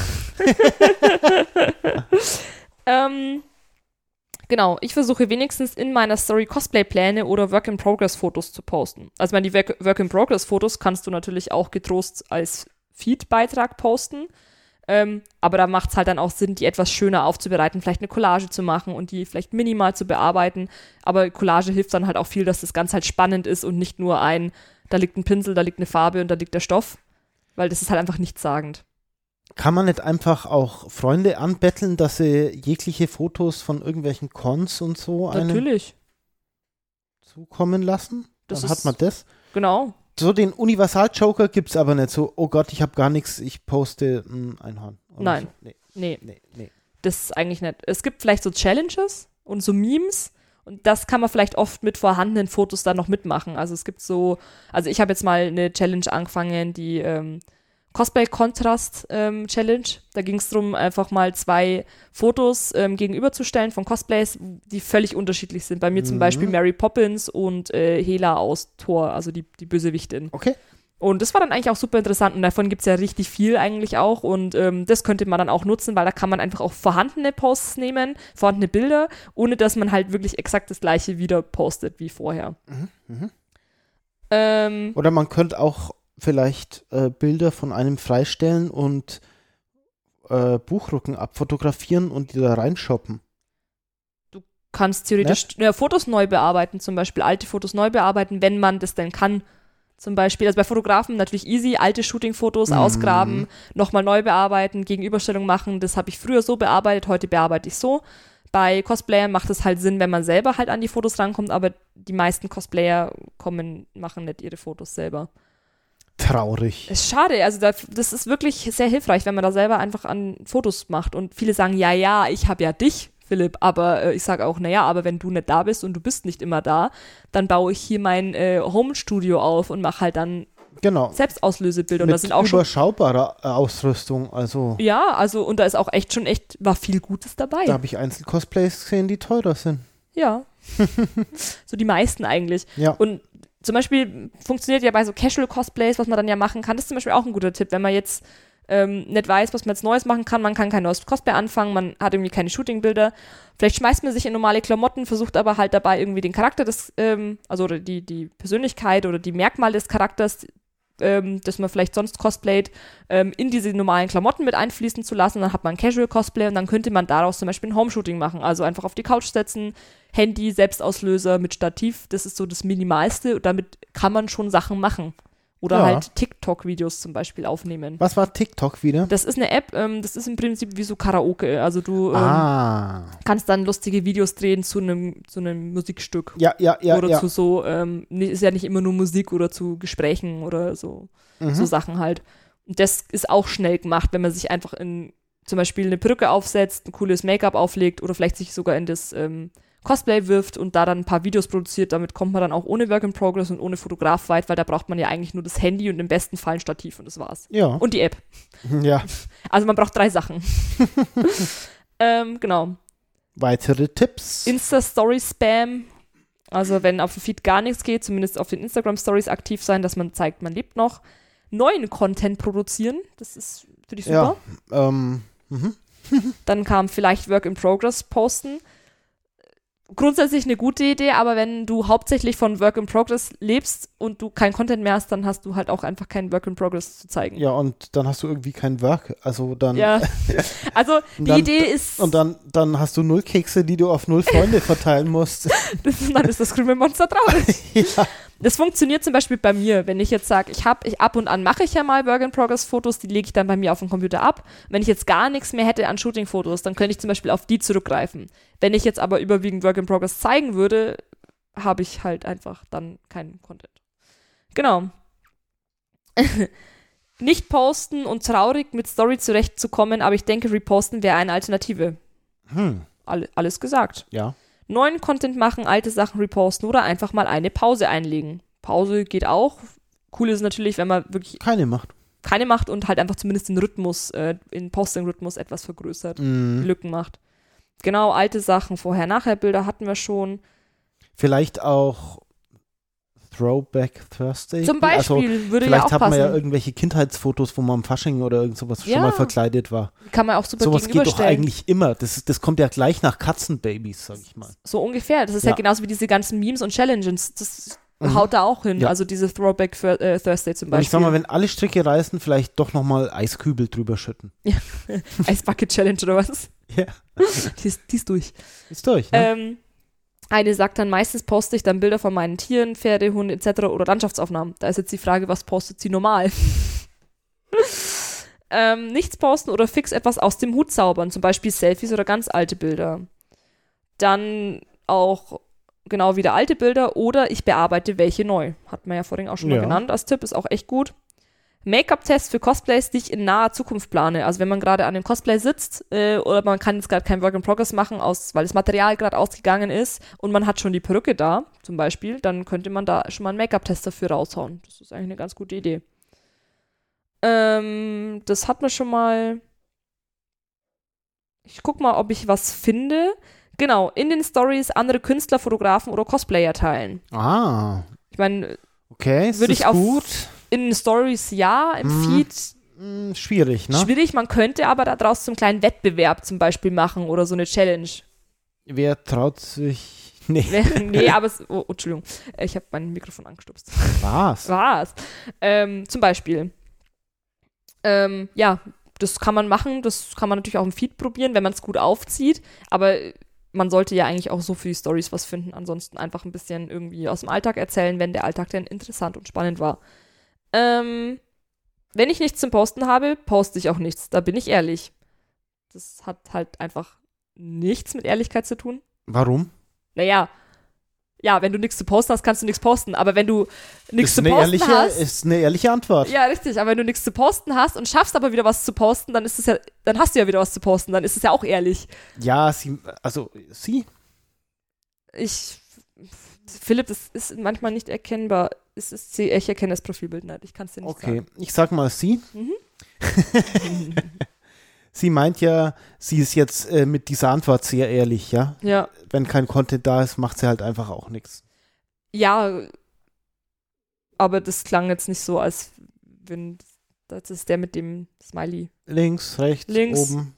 Speaker 2: ähm, genau, ich versuche wenigstens in meiner Story Cosplay-Pläne oder Work-in-Progress-Fotos zu posten. Also, ich meine, die Work- Work-in-Progress-Fotos kannst du natürlich auch getrost als Feed-Beitrag posten. Ähm, aber da macht es halt dann auch Sinn, die etwas schöner aufzubereiten, vielleicht eine Collage zu machen und die vielleicht minimal zu bearbeiten. Aber Collage hilft dann halt auch viel, dass das Ganze halt spannend ist und nicht nur ein, da liegt ein Pinsel, da liegt eine Farbe und da liegt der Stoff. Weil das ist halt einfach nichtssagend.
Speaker 1: Kann man nicht einfach auch Freunde anbetteln, dass sie jegliche Fotos von irgendwelchen Cons und so einem
Speaker 2: Natürlich,
Speaker 1: zukommen lassen?
Speaker 2: Das
Speaker 1: dann
Speaker 2: ist-
Speaker 1: hat man das.
Speaker 2: genau.
Speaker 1: So den Universal-Joker gibt es aber nicht so, oh Gott, ich habe gar nichts, ich poste hm, ein Einhorn. oder
Speaker 2: Nein.
Speaker 1: So. Nee,
Speaker 2: Nee.
Speaker 1: nee, nee.
Speaker 2: das ist eigentlich nicht. Es gibt vielleicht so Challenges und so Memes und das kann man vielleicht oft mit vorhandenen Fotos dann noch mitmachen. Also es gibt so, also ich habe jetzt mal eine Challenge angefangen, die ähm, Cosplay Contrast ähm, Challenge. Da ging es darum, einfach mal zwei Fotos ähm, gegenüberzustellen von Cosplays, die völlig unterschiedlich sind. Bei mir zum
Speaker 1: Mhm.
Speaker 2: Beispiel Mary Poppins und äh, Hela aus Thor, also die, die Bösewichtin.
Speaker 1: Okay.
Speaker 2: Und das war dann eigentlich auch super interessant und davon gibt es ja richtig viel eigentlich auch und ähm, das könnte man dann auch nutzen, weil da kann man einfach auch vorhandene Posts nehmen, vorhandene Bilder, ohne dass man halt wirklich exakt das gleiche wieder postet wie vorher.
Speaker 1: Mhm.
Speaker 2: Ähm,
Speaker 1: Oder man könnte auch vielleicht äh, Bilder von einem freistellen und äh, Buchrücken abfotografieren und die da reinshoppen.
Speaker 2: kannst theoretisch ja, Fotos neu bearbeiten, zum Beispiel alte Fotos neu bearbeiten, wenn man das denn kann. Zum Beispiel, also bei Fotografen natürlich easy, alte Shooting-Fotos
Speaker 1: Mhm.
Speaker 2: ausgraben, nochmal neu bearbeiten, Gegenüberstellung machen. Das habe ich früher so bearbeitet, heute bearbeite ich so. Bei Cosplayern macht es halt Sinn, wenn man selber halt an die Fotos rankommt, aber die meisten Cosplayer kommen, machen nicht ihre Fotos selber.
Speaker 1: Traurig.
Speaker 2: Es ist schade, also da, das ist wirklich sehr hilfreich, wenn man da selber einfach an Fotos macht und viele sagen, ja, ja, ich habe ja dich, Philipp, aber äh, ich sage auch, naja, aber wenn du nicht da bist und du bist nicht immer da, dann baue ich hier mein äh, Home-Studio auf und mache halt dann
Speaker 1: Genau.
Speaker 2: Selbstauslösebilder und da
Speaker 1: Mit
Speaker 2: sind auch schon,
Speaker 1: überschaubarer äh, Ausrüstung. Also
Speaker 2: ja, also und da ist auch echt schon echt, war viel Gutes dabei.
Speaker 1: da habe ich Einzelcosplays gesehen, die teurer sind.
Speaker 2: Ja. so die meisten eigentlich.
Speaker 1: Ja.
Speaker 2: Und zum Beispiel funktioniert ja bei so Casual-Cosplays, was man dann ja machen kann, das ist zum Beispiel auch ein guter Tipp, wenn man jetzt ähm, nicht weiß, was man jetzt Neues machen kann, man kann kein neues Cosplay anfangen, man hat irgendwie keine Shootingbilder. Vielleicht schmeißt man sich in normale Klamotten, versucht aber halt dabei irgendwie den Charakter des, ähm, also oder die, die Persönlichkeit oder die Merkmale des Charakters, ähm, das man vielleicht sonst cosplayt, ähm, in diese normalen Klamotten mit einfließen zu lassen. Dann hat man Casual-Cosplay und dann könnte man daraus zum Beispiel ein Homeshooting machen. Also einfach auf die Couch setzen, Handy, Selbstauslöser mit Stativ, das ist so das Minimalste. Und damit kann man schon Sachen machen. Oder
Speaker 1: Ja.
Speaker 2: halt TikTok-Videos zum Beispiel aufnehmen.
Speaker 1: Was war TikTok wieder?
Speaker 2: Das ist eine App, ähm, das ist im Prinzip wie so Karaoke. Also du ähm,
Speaker 1: ah.
Speaker 2: kannst dann lustige Videos drehen zu einem zu einem Musikstück.
Speaker 1: Ja, ja, ja.
Speaker 2: oder
Speaker 1: ja.
Speaker 2: zu so, ähm, nee, ist ja nicht immer nur Musik oder zu Gesprächen oder so,
Speaker 1: Mhm.
Speaker 2: so Sachen halt. Und das ist auch schnell gemacht, wenn man sich einfach in zum Beispiel eine Perücke aufsetzt, ein cooles Make-up auflegt oder vielleicht sich sogar in das ähm, Cosplay wirft und da dann ein paar Videos produziert. Damit kommt man dann auch ohne Work in Progress und ohne Fotograf weit, weil da braucht man ja eigentlich nur das Handy und im besten Fall ein Stativ und das war's.
Speaker 1: ja. Mhm,
Speaker 2: Und die App.
Speaker 1: ja.
Speaker 2: Also man braucht drei Sachen. ähm, genau.
Speaker 1: Weitere Tipps.
Speaker 2: Insta-Story-Spam. Also wenn auf dem Feed gar nichts geht, zumindest auf den Instagram-Stories aktiv sein, dass man zeigt, man lebt noch. Neuen Content produzieren, das ist, finde ich super.
Speaker 1: Ja. Ähm, mhm.
Speaker 2: Dann kam vielleicht Work in Progress posten. Grundsätzlich eine gute Idee, aber wenn du hauptsächlich von Work in Progress lebst und du kein Content mehr hast, dann hast du halt auch einfach keinen Work in Progress zu zeigen.
Speaker 1: Ja, und dann hast du irgendwie kein Work. Also dann.
Speaker 2: Ja. Also die
Speaker 1: Und dann-
Speaker 2: Idee ist,
Speaker 1: Und dann, dann hast du null Kekse, die du auf null Freunde verteilen musst.
Speaker 2: dann ist das grüne Monster traurig.
Speaker 1: ja.
Speaker 2: Das funktioniert zum Beispiel bei mir, wenn ich jetzt sage, ich habe, ich ab und an mache ich ja mal Work in Progress Fotos, die lege ich dann bei mir auf dem Computer ab. Wenn ich jetzt gar nichts mehr hätte an Shooting Fotos, dann könnte ich zum Beispiel auf die zurückgreifen. Wenn ich jetzt aber überwiegend Work in Progress zeigen würde, habe ich halt einfach dann keinen Content. Genau. Nicht posten und traurig mit Story zurechtzukommen, aber ich denke, reposten wäre eine Alternative.
Speaker 1: Hm.
Speaker 2: Alle, alles gesagt
Speaker 1: ja.
Speaker 2: neuen Content machen, alte Sachen reposten oder einfach mal eine Pause einlegen. Pause geht auch. Cool ist natürlich, wenn man wirklich
Speaker 1: Keine Macht.
Speaker 2: keine macht und halt einfach zumindest den Rhythmus, äh, den Posting-Rhythmus etwas vergrößert,
Speaker 1: Hm.
Speaker 2: Lücken macht. Genau, alte Sachen, Vorher-Nachher-Bilder hatten wir schon.
Speaker 1: Vielleicht auch Throwback Thursday.
Speaker 2: Zum
Speaker 1: Also,
Speaker 2: Beispiel würde ja
Speaker 1: vielleicht
Speaker 2: auch
Speaker 1: hat man ja
Speaker 2: passen.
Speaker 1: irgendwelche Kindheitsfotos, wo man am Fasching oder irgend sowas
Speaker 2: Ja.
Speaker 1: schon mal verkleidet war.
Speaker 2: Kann man auch super
Speaker 1: Sowas geht doch
Speaker 2: gegenüberstellen.
Speaker 1: eigentlich immer. Das, das kommt ja gleich nach Katzenbabys, sag ich mal.
Speaker 2: So ungefähr. Das ist
Speaker 1: Ja.
Speaker 2: ja halt genauso wie diese ganzen Memes und Challenges. Das
Speaker 1: Mhm.
Speaker 2: haut da auch hin.
Speaker 1: Ja.
Speaker 2: Also diese Throwback für, äh, Thursday zum
Speaker 1: Und
Speaker 2: Beispiel.
Speaker 1: ich sag mal, wenn alle Stricke reißen, vielleicht doch nochmal Eiskübel drüber schütten.
Speaker 2: Ice Bucket Challenge oder was?
Speaker 1: Ja.
Speaker 2: Die ist, die ist durch.
Speaker 1: Ist durch, ne?
Speaker 2: Ähm, eine sagt dann, meistens poste ich dann Bilder von meinen Tieren, Pferde, Hunde etc. oder Landschaftsaufnahmen. Da ist jetzt die Frage, was postet sie normal? ähm, nichts posten oder fix etwas aus dem Hut zaubern, zum Beispiel Selfies oder ganz alte Bilder. Dann auch genau wieder alte Bilder oder ich bearbeite welche neu. Hat man ja vorhin auch schon mal
Speaker 1: Ja.
Speaker 2: genannt als Tipp, ist auch echt gut. Make-up-Test für Cosplays, die ich in naher Zukunft plane. Also wenn man gerade an dem Cosplay sitzt äh, oder man kann jetzt gerade kein Work in Progress machen, aus, weil das Material gerade ausgegangen ist und man hat schon die Perücke da zum Beispiel, dann könnte man da schon mal einen Make-up-Test dafür raushauen. Das ist eigentlich eine ganz gute Idee. Ähm, das hat man schon mal. Ich guck mal, ob ich was finde. Genau, in den Stories andere Künstler, Fotografen oder Cosplayer teilen.
Speaker 1: ah,
Speaker 2: Ich meine,
Speaker 1: okay. Ist
Speaker 2: Äh, Würde
Speaker 1: das
Speaker 2: ich auf-
Speaker 1: gut?
Speaker 2: in den Stories ja, im
Speaker 1: Mhm.
Speaker 2: Feed
Speaker 1: Hm, schwierig, ne?
Speaker 2: schwierig. Man könnte aber daraus so einen kleinen Wettbewerb zum Beispiel machen oder so eine Challenge.
Speaker 1: Wer traut sich. Nee,
Speaker 2: nee, aber es. Oh, Entschuldigung, ich habe mein Mikrofon angestupst.
Speaker 1: was?
Speaker 2: Was? Ähm, zum Beispiel. Ähm, ja, das kann man machen, das kann man natürlich auch im Feed probieren, wenn man es gut aufzieht, aber man sollte ja eigentlich auch so für die Stories was finden, ansonsten einfach ein bisschen irgendwie aus dem Alltag erzählen, wenn der Alltag denn interessant und spannend war. Ähm, wenn ich nichts zum Posten habe, poste ich auch nichts, da bin ich ehrlich. Das hat halt einfach nichts mit Ehrlichkeit zu tun
Speaker 1: Warum?
Speaker 2: naja, ja, wenn du nichts zu posten hast, kannst du nichts posten. Aber wenn du nichts
Speaker 1: ist
Speaker 2: zu
Speaker 1: eine
Speaker 2: posten
Speaker 1: ehrliche,
Speaker 2: hast.
Speaker 1: Ist eine ehrliche Antwort.
Speaker 2: ja, richtig, aber wenn du nichts zu posten hast und schaffst aber wieder was zu posten, dann ist es ja, dann hast du ja wieder was zu posten, dann ist es ja auch ehrlich.
Speaker 1: Ja, sie, also sie.
Speaker 2: Ich. Philipp, das ist manchmal nicht erkennbar. Es ist, ich erkenne das Profilbild nicht. Ich kann es dir nicht
Speaker 1: Okay, ich sag mal sie.
Speaker 2: Mhm. sagen.
Speaker 1: Sie meint ja, sie ist jetzt äh, mit dieser Antwort sehr ehrlich, ja.
Speaker 2: ja.
Speaker 1: Wenn kein Content da ist, macht sie halt einfach auch nichts.
Speaker 2: Ja, aber das klang jetzt nicht so, als wenn. Das ist der mit dem Smiley.
Speaker 1: Links, rechts,
Speaker 2: Links.
Speaker 1: oben.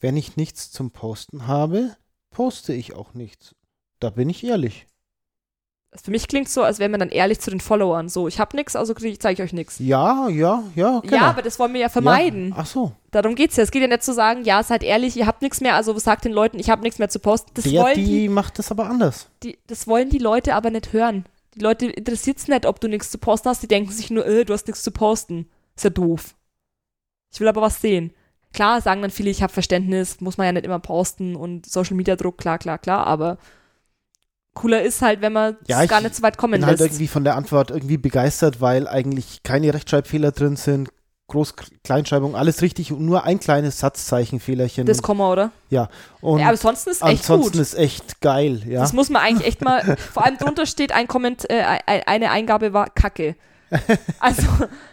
Speaker 1: Wenn ich nichts zum Posten habe, poste ich auch nichts. Da bin ich ehrlich.
Speaker 2: Also Für mich klingt so, als wäre man dann ehrlich zu den Followern. So, ich habe nichts, also zeige ich euch nichts.
Speaker 1: Ja, ja, ja, genau.
Speaker 2: Ja, aber das wollen wir ja vermeiden.
Speaker 1: Ja. Ach so.
Speaker 2: Darum geht's ja. Es geht ja nicht zu sagen, ja, seid ehrlich, ihr habt nichts mehr, also sagt den Leuten, ich habe nichts mehr zu posten. Das,
Speaker 1: Der,
Speaker 2: wollen
Speaker 1: die,
Speaker 2: die,
Speaker 1: macht das aber anders.
Speaker 2: die, das wollen die Leute aber nicht hören. Die Leute interessiert's nicht, ob du nichts zu posten hast. Die denken sich nur, äh, du hast nichts zu posten. Ist ja doof. Ich will aber was sehen. Klar, sagen dann viele, ich habe Verständnis, muss man ja nicht immer posten und Social Media Druck, klar, klar, klar, aber cooler ist halt, wenn man
Speaker 1: Ja,
Speaker 2: es gar
Speaker 1: ich
Speaker 2: nicht so weit kommen
Speaker 1: Bin halt
Speaker 2: lässt.
Speaker 1: irgendwie von der Antwort irgendwie begeistert, weil eigentlich keine Rechtschreibfehler drin sind, Groß-Kleinschreibung, alles richtig und nur ein kleines Satzzeichenfehlerchen.
Speaker 2: Das Komma, oder?
Speaker 1: und
Speaker 2: ja, aber sonst ist echt gut.
Speaker 1: ansonsten ist echt geil, ja.
Speaker 2: Das muss man eigentlich echt mal. Vor allem drunter steht ein Komment, äh, ein- eine Eingabe war Kacke. Also,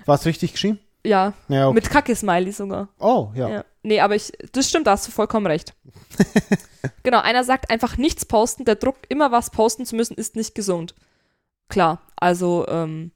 Speaker 1: War es richtig geschrieben?
Speaker 2: ja,
Speaker 1: Ja, okay.
Speaker 2: mit Kacke-Smiley sogar.
Speaker 1: Oh, ja.
Speaker 2: Ja. Nee, aber ich, das stimmt, da hast du vollkommen recht. genau, einer sagt einfach nichts posten, der Druck, immer was posten zu müssen, ist nicht gesund. Klar, also ähm,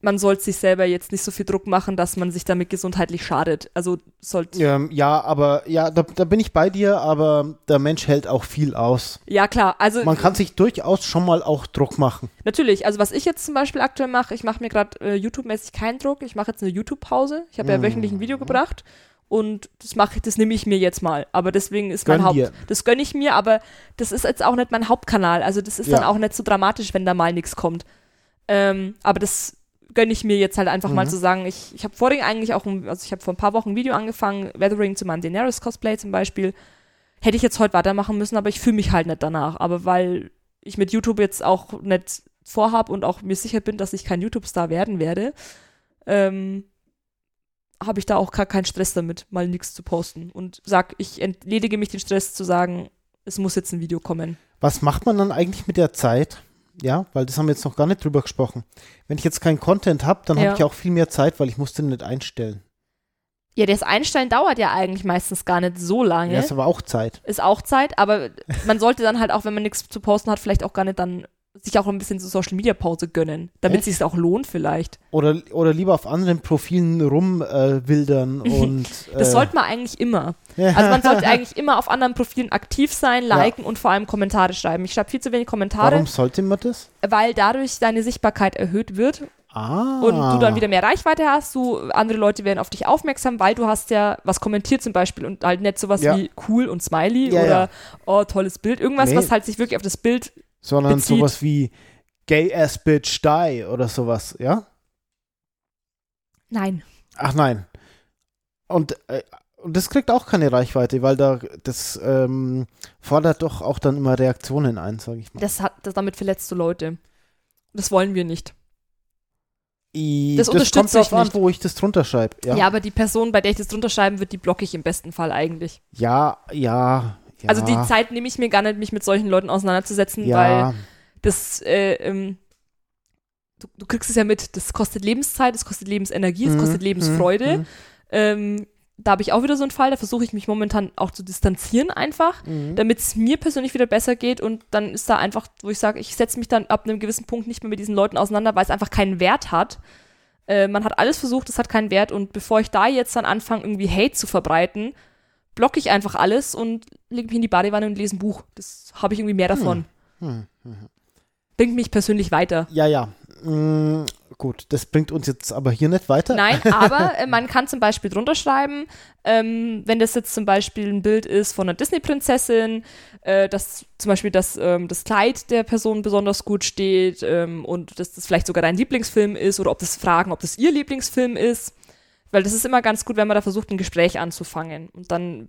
Speaker 2: man sollte sich selber jetzt nicht so viel Druck machen, dass man sich damit gesundheitlich schadet. Also sollte.
Speaker 1: Ähm, ja, aber ja, da, da bin ich bei dir, aber der Mensch hält auch viel aus.
Speaker 2: Ja, klar. Also
Speaker 1: Man kann sich durchaus schon mal auch Druck machen.
Speaker 2: natürlich. Also was ich jetzt zum Beispiel aktuell mache, ich mache mir gerade äh, YouTube-mäßig keinen Druck. Ich mache jetzt eine YouTube-Pause. Ich
Speaker 1: Mhm.
Speaker 2: habe ja wöchentlich ein Video gebracht. Und das mache ich, das nehme ich mir jetzt mal. Aber deswegen ist mein
Speaker 1: Gönn
Speaker 2: Haupt.
Speaker 1: dir.
Speaker 2: Das gönne ich mir, aber das ist jetzt auch nicht mein Hauptkanal. Also das ist dann
Speaker 1: Ja.
Speaker 2: auch nicht so dramatisch, wenn da mal nichts kommt. Ähm, aber das gönne ich mir jetzt halt einfach mal zu sagen, ich, ich habe vorhin eigentlich auch, ein, also ich habe vor ein paar Wochen ein Video angefangen, Weathering zu meinem Daenerys Cosplay zum Beispiel. Hätte ich jetzt heute weitermachen müssen, aber ich fühle mich halt nicht danach. Aber weil ich mit YouTube jetzt auch nicht vorhab und auch mir sicher bin, dass ich kein YouTube-Star werden werde, ähm, habe ich da auch gar keinen Stress damit, mal nichts zu posten. Und sag, ich entledige mich den Stress zu sagen, es muss jetzt ein Video kommen.
Speaker 1: Was macht man dann eigentlich mit der Zeit? Ja, weil das haben wir jetzt noch gar nicht drüber gesprochen. Wenn ich jetzt keinen Content habe, dann
Speaker 2: Ja.
Speaker 1: habe ich auch viel mehr Zeit, weil ich muss den nicht einstellen.
Speaker 2: Ja, das Einstellen dauert ja eigentlich meistens gar nicht so lange.
Speaker 1: Ja, ist aber auch Zeit.
Speaker 2: ist auch Zeit, aber man sollte dann halt auch, wenn man nichts zu posten hat, vielleicht auch gar nicht dann sich auch ein bisschen so Social Media Pause gönnen, damit
Speaker 1: Echt?
Speaker 2: sich auch lohnt vielleicht.
Speaker 1: Oder, oder lieber auf anderen Profilen rumwildern äh, wildern und.
Speaker 2: Das
Speaker 1: äh,
Speaker 2: sollte man eigentlich immer.
Speaker 1: Ja.
Speaker 2: Also man sollte eigentlich immer auf anderen Profilen aktiv sein, liken und vor allem Kommentare schreiben. Ich schreibe viel zu wenig Kommentare,
Speaker 1: Warum sollte man das?
Speaker 2: weil dadurch deine Sichtbarkeit erhöht wird
Speaker 1: Ah.
Speaker 2: und du dann wieder mehr Reichweite hast, du, andere Leute werden auf dich aufmerksam, weil du hast ja was kommentiert zum Beispiel und halt nicht sowas
Speaker 1: Ja.
Speaker 2: wie cool und smiley
Speaker 1: Ja,
Speaker 2: oder
Speaker 1: ja.
Speaker 2: oh, tolles Bild, irgendwas,
Speaker 1: Nee.
Speaker 2: was halt sich wirklich auf das Bild
Speaker 1: Sondern
Speaker 2: bezieht.
Speaker 1: sowas wie Gay Ass Bitch Die oder sowas, ja?
Speaker 2: Nein.
Speaker 1: Ach nein. Und, äh, und das kriegt auch keine Reichweite, weil da das ähm, fordert doch auch dann immer Reaktionen ein, sage ich mal.
Speaker 2: Das hat, das, damit verletzt du Leute. Das wollen wir nicht.
Speaker 1: I-
Speaker 2: das
Speaker 1: kommt
Speaker 2: unterstützt
Speaker 1: drauf
Speaker 2: sich
Speaker 1: an,
Speaker 2: nicht.
Speaker 1: wo ich das drunter schreibe.
Speaker 2: Ja.
Speaker 1: Ja. Ja.
Speaker 2: aber die Person, bei der ich das drunter schreiben würde, die blocke ich im besten Fall eigentlich.
Speaker 1: ja, ja,
Speaker 2: Also die Zeit nehme ich mir gar nicht, mich mit solchen Leuten auseinanderzusetzen, weil
Speaker 1: ja,
Speaker 2: das, äh, ähm, du, du kriegst es ja mit, das kostet Lebenszeit, das kostet Lebensenergie, es
Speaker 1: Mhm,
Speaker 2: kostet Lebensfreude.
Speaker 1: mhm,
Speaker 2: Ähm, da habe ich auch wieder so einen Fall, da versuche ich mich momentan auch zu distanzieren einfach,
Speaker 1: Mhm.
Speaker 2: damit es mir persönlich wieder besser geht und dann ist da einfach, wo ich sage, ich setze mich dann ab einem gewissen Punkt nicht mehr mit diesen Leuten auseinander, weil es einfach keinen Wert hat. Äh, man hat alles versucht, es hat keinen Wert und bevor ich da jetzt dann anfange, irgendwie Hate zu verbreiten, blocke ich einfach alles und lege mich in die Badewanne und lese ein Buch. Das habe ich irgendwie mehr davon.
Speaker 1: Hm,
Speaker 2: Bringt mich persönlich weiter.
Speaker 1: ja, ja. Mm, gut, das bringt uns jetzt aber hier nicht weiter.
Speaker 2: Nein, aber äh, man kann zum Beispiel drunter schreiben, ähm, wenn das jetzt zum Beispiel ein Bild ist von einer Disney-Prinzessin, äh, dass zum Beispiel das, ähm, das Kleid der Person besonders gut steht ähm, und dass das vielleicht sogar dein Lieblingsfilm ist oder ob das fragen, ob das ihr Lieblingsfilm ist. Weil das ist immer ganz gut, wenn man da versucht, ein Gespräch anzufangen. Und dann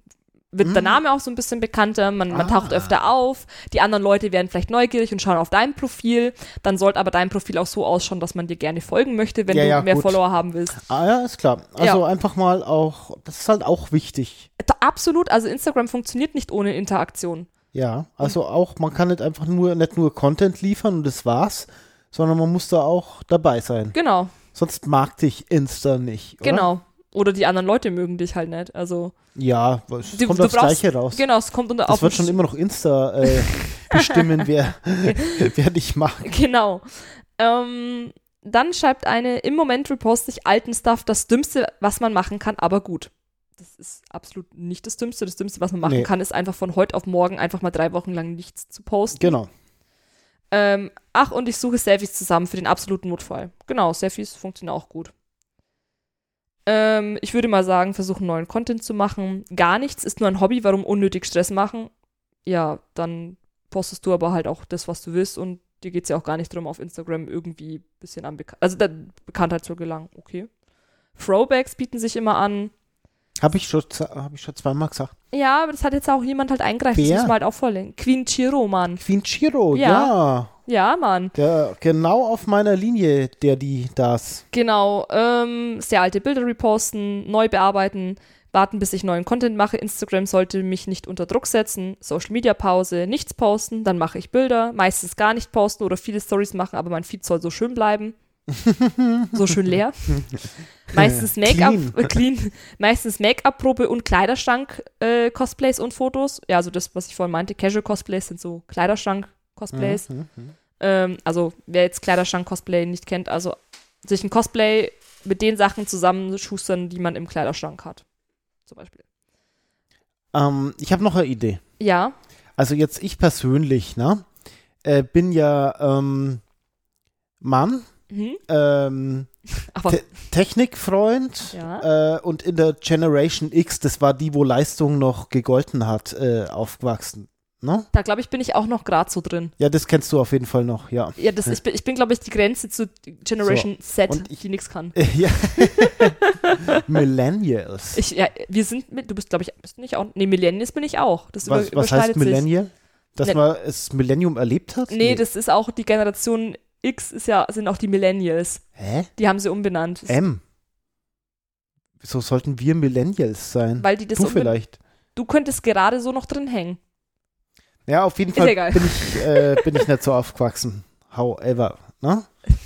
Speaker 2: wird der Name auch so ein bisschen bekannter, man, man taucht öfter auf, die anderen Leute werden vielleicht neugierig und schauen auf dein Profil, dann sollte aber dein Profil auch so ausschauen, dass man dir gerne folgen möchte, wenn
Speaker 1: Ja,
Speaker 2: du
Speaker 1: ja,
Speaker 2: mehr
Speaker 1: gut.
Speaker 2: Follower haben willst.
Speaker 1: Ah ja, ist klar. Also einfach mal auch, das ist halt auch wichtig.
Speaker 2: Da- Absolut, also Instagram funktioniert nicht ohne Interaktion.
Speaker 1: Ja,
Speaker 2: Mhm.
Speaker 1: also auch, man kann nicht einfach nur, nicht nur Content liefern und das war's, sondern man muss da auch dabei sein.
Speaker 2: Genau,
Speaker 1: Sonst mag dich Insta nicht. Oder?
Speaker 2: genau. Oder die anderen Leute mögen dich halt nicht. Also
Speaker 1: Ja, es
Speaker 2: du,
Speaker 1: kommt
Speaker 2: du
Speaker 1: aufs
Speaker 2: brauchst,
Speaker 1: Gleiche raus.
Speaker 2: Genau, es kommt unter
Speaker 1: Das
Speaker 2: auf
Speaker 1: wird schon immer noch Insta äh, bestimmen, wer, wer dich mag.
Speaker 2: Genau. Ähm, dann schreibt eine, im Moment reposte ich alten Stuff, das Dümmste, was man machen kann, aber gut. Das ist absolut nicht das Dümmste. Das Dümmste, was man machen
Speaker 1: Nee.
Speaker 2: kann, ist einfach von heute auf morgen einfach mal drei Wochen lang nichts zu posten.
Speaker 1: Genau.
Speaker 2: Ähm, ach, und ich suche Selfies zusammen für den absoluten Notfall. Genau, Selfies funktionieren auch gut. Ähm, ich würde mal sagen, versuchen neuen Content zu machen. Gar nichts ist nur ein Hobby, warum unnötig Stress machen? Ja, dann postest du aber halt auch das, was du willst und dir geht es ja auch gar nicht darum, auf Instagram irgendwie ein bisschen an Beka also der Bekanntheit zu gelangen. Okay. Throwbacks bieten sich immer an.
Speaker 1: Habe ich, schon z- hab ich schon zweimal gesagt.
Speaker 2: halt
Speaker 1: genau
Speaker 2: Genau, ähm,
Speaker 1: Mhm.
Speaker 2: äh, äh, also Ähm, also, sich ein Cosplay mit den Sachen zusammenschustern, die man im Kleiderschrank hat. Zum Beispiel.
Speaker 1: Ähm, ich habe noch eine Idee.
Speaker 2: Ja,
Speaker 1: Also jetzt ich persönlich, ne? Äh, bin ja ähm, Mann,
Speaker 2: mhm.
Speaker 1: ähm,
Speaker 2: aber
Speaker 1: Te- Technikfreund äh, und in der Generation X, das war die, wo Leistung noch gegolten hat, äh, aufgewachsen. Ne?
Speaker 2: da glaube ich, bin ich auch noch gerade so drin.
Speaker 1: Ja, das kennst du auf jeden Fall noch, ja.
Speaker 2: Ja, das, ich bin, ich bin glaube ich, die Grenze zu Generation Z,
Speaker 1: Und ich-
Speaker 2: die nichts kann.
Speaker 1: ja. Millennials.
Speaker 2: Ich, ja, wir sind mit, du bist, glaube ich, bist du nicht auch. Nee, Millennials bin ich auch. Das
Speaker 1: was,
Speaker 2: über,
Speaker 1: was heißt
Speaker 2: überschneidet sich.
Speaker 1: Millennial? Dass
Speaker 2: Ne-
Speaker 1: man das Millennium erlebt hat?
Speaker 2: Nee, das ist auch die Generation X ist ja, sind auch die Millennials.
Speaker 1: Hä?
Speaker 2: Die haben sie umbenannt.
Speaker 1: M. Wieso sollten wir Millennials sein?
Speaker 2: weil die das um
Speaker 1: du
Speaker 2: umben-
Speaker 1: vielleicht.
Speaker 2: Du könntest gerade so noch drin hängen.
Speaker 1: Ja, auf jeden
Speaker 2: Ist
Speaker 1: Fall
Speaker 2: egal.
Speaker 1: bin ich, äh, bin ich nicht so aufgewachsen. However. Ne?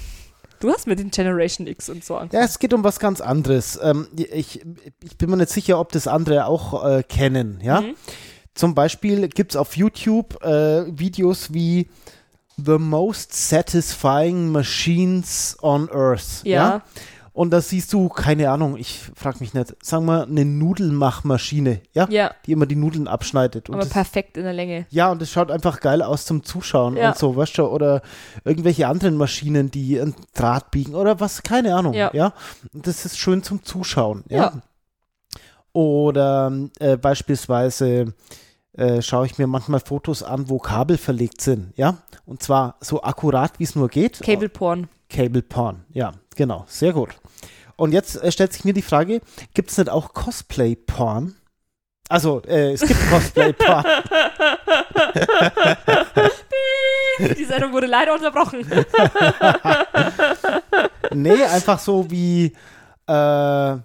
Speaker 2: Du hast mit den Generation X und so angefangen.
Speaker 1: Ja, es geht um was ganz anderes. Ähm, ich, ich bin mir nicht sicher, ob das andere auch äh, kennen. Ja?
Speaker 2: Mhm.
Speaker 1: Zum Beispiel gibt es auf YouTube äh, Videos wie The Most Satisfying Machines on Earth.
Speaker 2: Ja.
Speaker 1: Und da siehst du, keine Ahnung, ich frage mich nicht, sagen wir eine Nudelmachmaschine, ja?
Speaker 2: Ja,
Speaker 1: Die immer die Nudeln abschneidet. Und
Speaker 2: aber
Speaker 1: das,
Speaker 2: perfekt in der Länge.
Speaker 1: ja, und es schaut einfach geil aus zum Zuschauen
Speaker 2: Ja.
Speaker 1: und so, weißt du, oder irgendwelche anderen Maschinen, die einen Draht biegen oder was, keine Ahnung,
Speaker 2: Ja.
Speaker 1: ja. Und das ist schön zum Zuschauen, ja.
Speaker 2: Ja.
Speaker 1: Oder äh, beispielsweise äh, schaue ich mir manchmal Fotos an, wo Kabel verlegt sind, ja. Und zwar so akkurat, wie es nur geht.
Speaker 2: Cable Porn.
Speaker 1: Cable Porn, ja, genau, sehr gut. Und jetzt äh, stellt sich mir die Frage, gibt es nicht auch Cosplay Porn? Also, äh, es gibt Cosplay Porn.
Speaker 2: Piep. die Sendung wurde leider unterbrochen.
Speaker 1: Nee, einfach so wie äh, äh,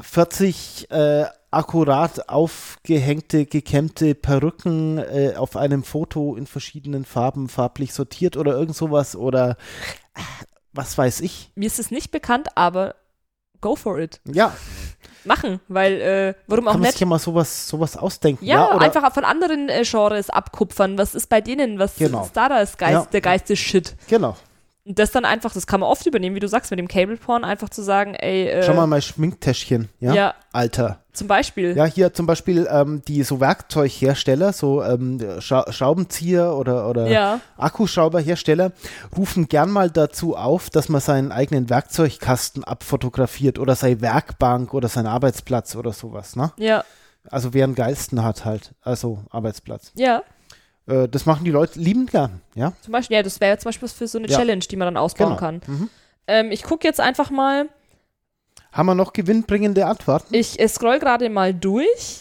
Speaker 1: 40 äh, akkurat aufgehängte, gekämmte Perücken äh, auf einem Foto in verschiedenen Farben farblich sortiert oder irgend sowas oder äh, was weiß ich.
Speaker 2: Mir ist es nicht bekannt, aber go for it.
Speaker 1: Ja,
Speaker 2: Machen, weil, äh, warum auch
Speaker 1: kann man sich
Speaker 2: nicht?
Speaker 1: ja mal sowas, sowas ausdenken.
Speaker 2: Ja,
Speaker 1: oder,
Speaker 2: einfach von anderen äh, Genres abkupfern. Was ist bei denen? Was
Speaker 1: Genau.
Speaker 2: ist da das Geist,
Speaker 1: Ja.
Speaker 2: der geiste Shit?
Speaker 1: Genau.
Speaker 2: Und das dann einfach, das kann man oft übernehmen, wie du sagst, mit dem Cable Porn, einfach zu sagen, ey, äh,
Speaker 1: Schau mal mein Schminktäschchen. Ja?
Speaker 2: ja,
Speaker 1: Alter.
Speaker 2: zum Beispiel.
Speaker 1: Ja, hier zum Beispiel ähm, die so Werkzeughersteller, so ähm, Scha Schraubenzieher oder, oder
Speaker 2: Ja.
Speaker 1: Akkuschrauberhersteller rufen gern mal dazu auf, dass man seinen eigenen Werkzeugkasten abfotografiert oder seine Werkbank oder seinen Arbeitsplatz oder sowas. Ne?
Speaker 2: ja.
Speaker 1: Also wer am geilsten hat halt, also Arbeitsplatz.
Speaker 2: ja.
Speaker 1: Äh, das machen die Leute liebend gern, ja?
Speaker 2: Zum Beispiel, ja, das wäre zum Beispiel was für so eine
Speaker 1: Ja.
Speaker 2: Challenge, die man dann ausbauen
Speaker 1: Genau.
Speaker 2: kann.
Speaker 1: Mhm.
Speaker 2: Ähm, ich gucke jetzt einfach mal,
Speaker 1: Haben wir noch gewinnbringende Antworten?
Speaker 2: ich äh, scroll gerade mal durch.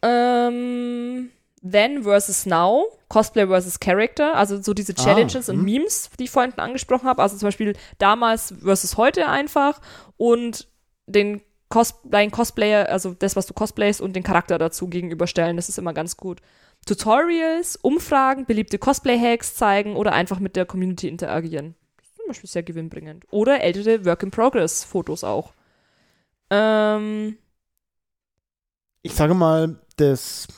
Speaker 2: Ähm, Then versus Now, Cosplay versus Character, also so diese
Speaker 1: Ah,
Speaker 2: Challenges und
Speaker 1: hm.
Speaker 2: Memes, die ich vorhin angesprochen habe, also zum Beispiel damals versus heute einfach und den Cos dein Cosplayer, also das, was du cosplayst und den Charakter dazu gegenüberstellen, das ist immer ganz gut. Tutorials, Umfragen, beliebte Cosplay-Hacks zeigen oder einfach mit der Community interagieren. Das ist zum Beispiel sehr gewinnbringend. Oder ältere Work-in-Progress-Fotos auch. Ähm,
Speaker 1: Ich sage mal, das,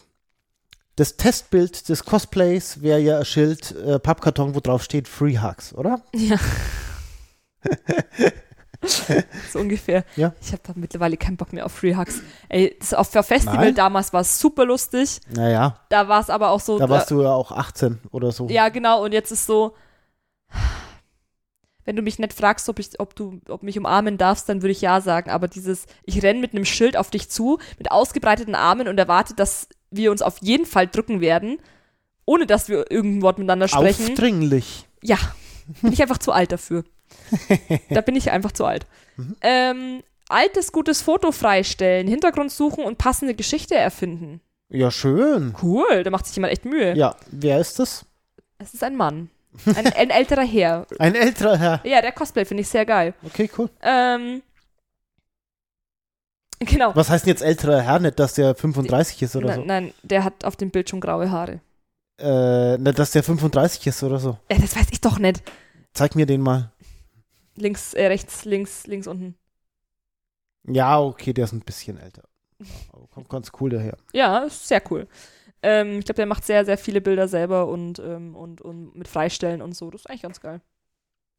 Speaker 1: das Testbild des Cosplays wäre ja ein Schild, äh, Pappkarton, wo drauf steht Free Hugs, oder?
Speaker 2: ja. so ungefähr.
Speaker 1: Ja.
Speaker 2: Ich habe mittlerweile keinen Bock mehr auf Free Hugs. Ey, das auf der Festival
Speaker 1: Nein.
Speaker 2: damals war es super lustig.
Speaker 1: Naja,
Speaker 2: Da war es aber auch so.
Speaker 1: da warst du ja auch 18 oder so.
Speaker 2: Ja, genau. Und jetzt ist so, wenn du mich nicht fragst, ob, ich, ob du ob mich umarmen darfst, dann würde ich ja sagen. Aber dieses, ich renne mit einem Schild auf dich zu, mit ausgebreiteten Armen und erwarte, dass wir uns auf jeden Fall drücken werden, ohne dass wir irgendein Wort miteinander sprechen.
Speaker 1: Aufdringlich.
Speaker 2: Ja, bin ich einfach zu alt dafür. da bin ich einfach zu alt. Ähm, altes, gutes Foto freistellen, Hintergrund suchen und passende Geschichte erfinden.
Speaker 1: Ja, schön.
Speaker 2: Cool, da macht sich jemand echt Mühe.
Speaker 1: Ja, wer ist das?
Speaker 2: Es ist ein Mann. Ein, ein älterer Herr.
Speaker 1: Ein älterer Herr.
Speaker 2: Ja, der Cosplay finde ich sehr geil.
Speaker 1: Okay, cool.
Speaker 2: Ähm, genau.
Speaker 1: Was heißt denn jetzt älterer Herr? Nicht, dass der 35 ist oder
Speaker 2: nein, nein, der hat auf dem Bild schon graue Haare.
Speaker 1: so. Äh, nicht, dass der 35 ist oder so.
Speaker 2: Ja, das weiß ich doch nicht.
Speaker 1: Zeig mir den mal.
Speaker 2: Links, äh, rechts, links, links unten.
Speaker 1: Ja, okay, der ist ein bisschen älter. Ja, aber kommt ganz cool daher.
Speaker 2: Ja, ist sehr cool. Ähm, ich glaube, der macht sehr, sehr viele Bilder selber und, ähm, und, und mit Freistellen und so. Das ist eigentlich ganz geil.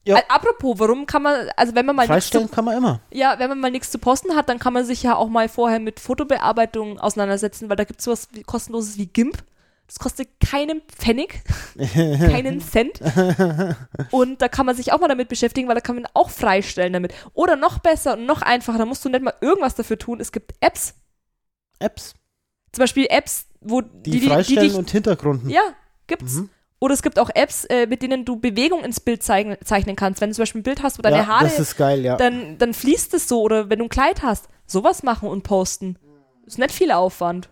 Speaker 1: Ja.
Speaker 2: Äh, Apropos, warum kann man, also wenn man mal nichts zu,
Speaker 1: Freistellen kann man immer.
Speaker 2: ja, wenn man mal nichts zu posten hat, dann kann man sich ja auch mal vorher mit Fotobearbeitung auseinandersetzen, weil da gibt es sowas wie, kostenloses wie GIMP. Das kostet keinen Pfennig, keinen Cent. Und da kann man sich auch mal damit beschäftigen, weil da kann man auch freistellen damit. Oder noch besser und noch einfacher, da musst du nicht mal irgendwas dafür tun. Es gibt Apps,
Speaker 1: Apps,
Speaker 2: zum Beispiel Apps, wo
Speaker 1: die,
Speaker 2: die, die, die
Speaker 1: freistellen
Speaker 2: dich
Speaker 1: und hintergründen.
Speaker 2: ja, gibt's.
Speaker 1: Mhm.
Speaker 2: Oder es gibt auch Apps, äh, mit denen du Bewegung ins Bild zeigen, zeichnen kannst. Wenn du zum Beispiel ein Bild hast, wo deine
Speaker 1: ja,
Speaker 2: Haare,
Speaker 1: das ist geil, ja.
Speaker 2: dann, dann fließt es so. Oder wenn du ein Kleid hast, sowas machen und posten. Ist nicht viel Aufwand.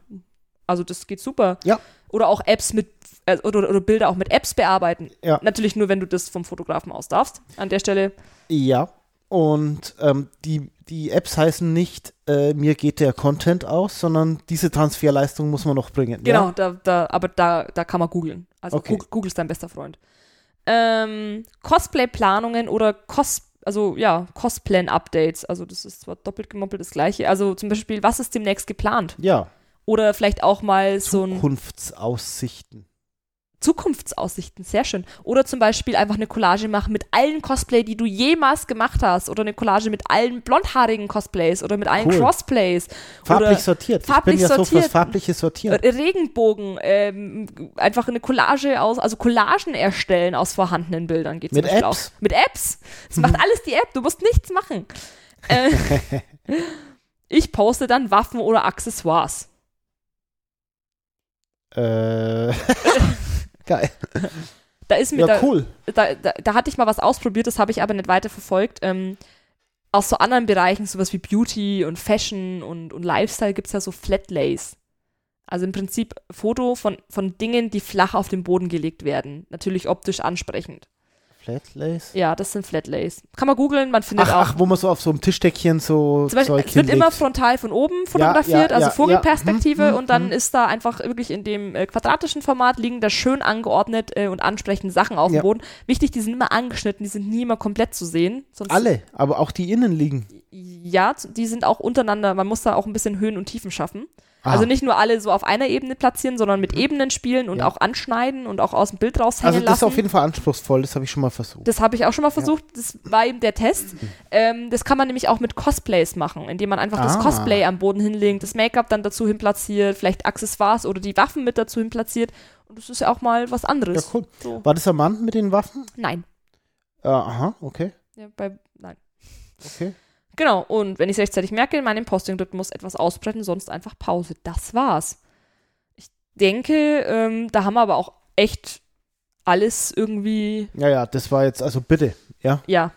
Speaker 2: Also das geht super.
Speaker 1: Ja.
Speaker 2: Oder auch Apps mit, äh, oder, oder Bilder auch mit Apps bearbeiten.
Speaker 1: Ja.
Speaker 2: Natürlich nur, wenn du das vom Fotografen aus darfst. An der Stelle.
Speaker 1: Ja, und ähm, die, die Apps heißen nicht, äh, mir geht der Content aus, sondern diese Transferleistung muss man noch bringen.
Speaker 2: Genau,
Speaker 1: Ja?
Speaker 2: da, da, aber da, da kann man googeln. Also
Speaker 1: Okay.
Speaker 2: Google, Google ist dein bester Freund. Ähm, Cosplay-Planungen oder Cos also ja, Cosplan-Updates. Also das ist zwar doppelt gemoppelt das gleiche. Also zum Beispiel, was ist demnächst geplant?
Speaker 1: Ja,
Speaker 2: Oder vielleicht auch mal so ein
Speaker 1: Zukunftsaussichten.
Speaker 2: Zukunftsaussichten, sehr schön. Oder zum Beispiel einfach eine Collage machen mit allen Cosplay, die du jemals gemacht hast. Oder eine Collage mit allen blondhaarigen Cosplays oder mit allen
Speaker 1: Cool.
Speaker 2: Crossplays.
Speaker 1: Farblich
Speaker 2: oder
Speaker 1: sortiert.
Speaker 2: farblich
Speaker 1: ich bin ja so
Speaker 2: sortiert.
Speaker 1: fürs farbliche Sortieren.
Speaker 2: Äh, Regenbogen, ähm, einfach eine Collage aus, also Collagen erstellen aus vorhandenen Bildern geht zum
Speaker 1: Mit
Speaker 2: Beispiel
Speaker 1: Apps?
Speaker 2: auch. Mit Apps. Das macht alles die App, du musst nichts machen. Äh, ich poste dann Waffen oder Accessoires.
Speaker 1: Äh, geil.
Speaker 2: Da ist mir
Speaker 1: Ja,
Speaker 2: da,
Speaker 1: cool.
Speaker 2: da, da, da hatte ich mal was ausprobiert, das habe ich aber nicht weiterverfolgt. Ähm, aus so anderen Bereichen, sowas wie Beauty und Fashion und, und Lifestyle, gibt es ja so Flatlays. Also im Prinzip Foto von, von Dingen, die flach auf den Boden gelegt werden. Natürlich optisch ansprechend.
Speaker 1: Flatlays.
Speaker 2: Ja, das sind Flatlays. Kann man googeln, man findet
Speaker 1: Ach,
Speaker 2: auch.
Speaker 1: ach, wo man so auf so einem Tischdeckchen so
Speaker 2: Zum Beispiel,
Speaker 1: Zeug
Speaker 2: es wird
Speaker 1: hinlegt.
Speaker 2: immer frontal von oben fotografiert,
Speaker 1: ja,
Speaker 2: also
Speaker 1: ja,
Speaker 2: Vogelperspektive,
Speaker 1: ja. Mhm,
Speaker 2: und dann
Speaker 1: mhm.
Speaker 2: ist da einfach wirklich in dem äh, quadratischen Format liegen da schön angeordnet äh, und ansprechende Sachen auf
Speaker 1: Ja.
Speaker 2: dem Boden. Wichtig, die sind immer angeschnitten, die sind nie immer komplett zu sehen. Sonst,
Speaker 1: Alle, aber auch die innen liegen.
Speaker 2: Ja, z- die sind auch untereinander, man muss da auch ein bisschen Höhen und Tiefen schaffen.
Speaker 1: Ah, Mhm.
Speaker 2: Also nicht nur alle so auf einer Ebene platzieren, sondern mit Ebenen spielen und
Speaker 1: Ja.
Speaker 2: auch anschneiden und auch aus dem Bild raushängen
Speaker 1: also das ist
Speaker 2: lassen.
Speaker 1: auf jeden Fall anspruchsvoll, das habe ich schon mal versucht.
Speaker 2: Das habe ich auch schon mal versucht. Das war eben der Test.
Speaker 1: Mhm.
Speaker 2: Ähm, das kann man nämlich auch mit Cosplays machen, indem man einfach das
Speaker 1: Ah.
Speaker 2: Cosplay am Boden hinlegt, das Make-up dann dazu hin platziert, vielleicht Accessoires oder die Waffen mit dazu hin platziert. Und das ist ja auch mal was
Speaker 1: Ja,
Speaker 2: anderes.
Speaker 1: cool.
Speaker 2: so.
Speaker 1: War das am Mann mit den Waffen?
Speaker 2: Nein.
Speaker 1: Äh, aha, okay,
Speaker 2: Ja, bei, nein.
Speaker 1: okay.
Speaker 2: Genau. Und wenn ich es rechtzeitig merke, in meinem Posting-Rhythmus etwas ausbreiten, sonst einfach Pause. Das war's. Ich denke, ähm, da haben wir aber auch echt alles irgendwie,
Speaker 1: Ja, ja, das war jetzt, also bitte, ja.
Speaker 2: ja.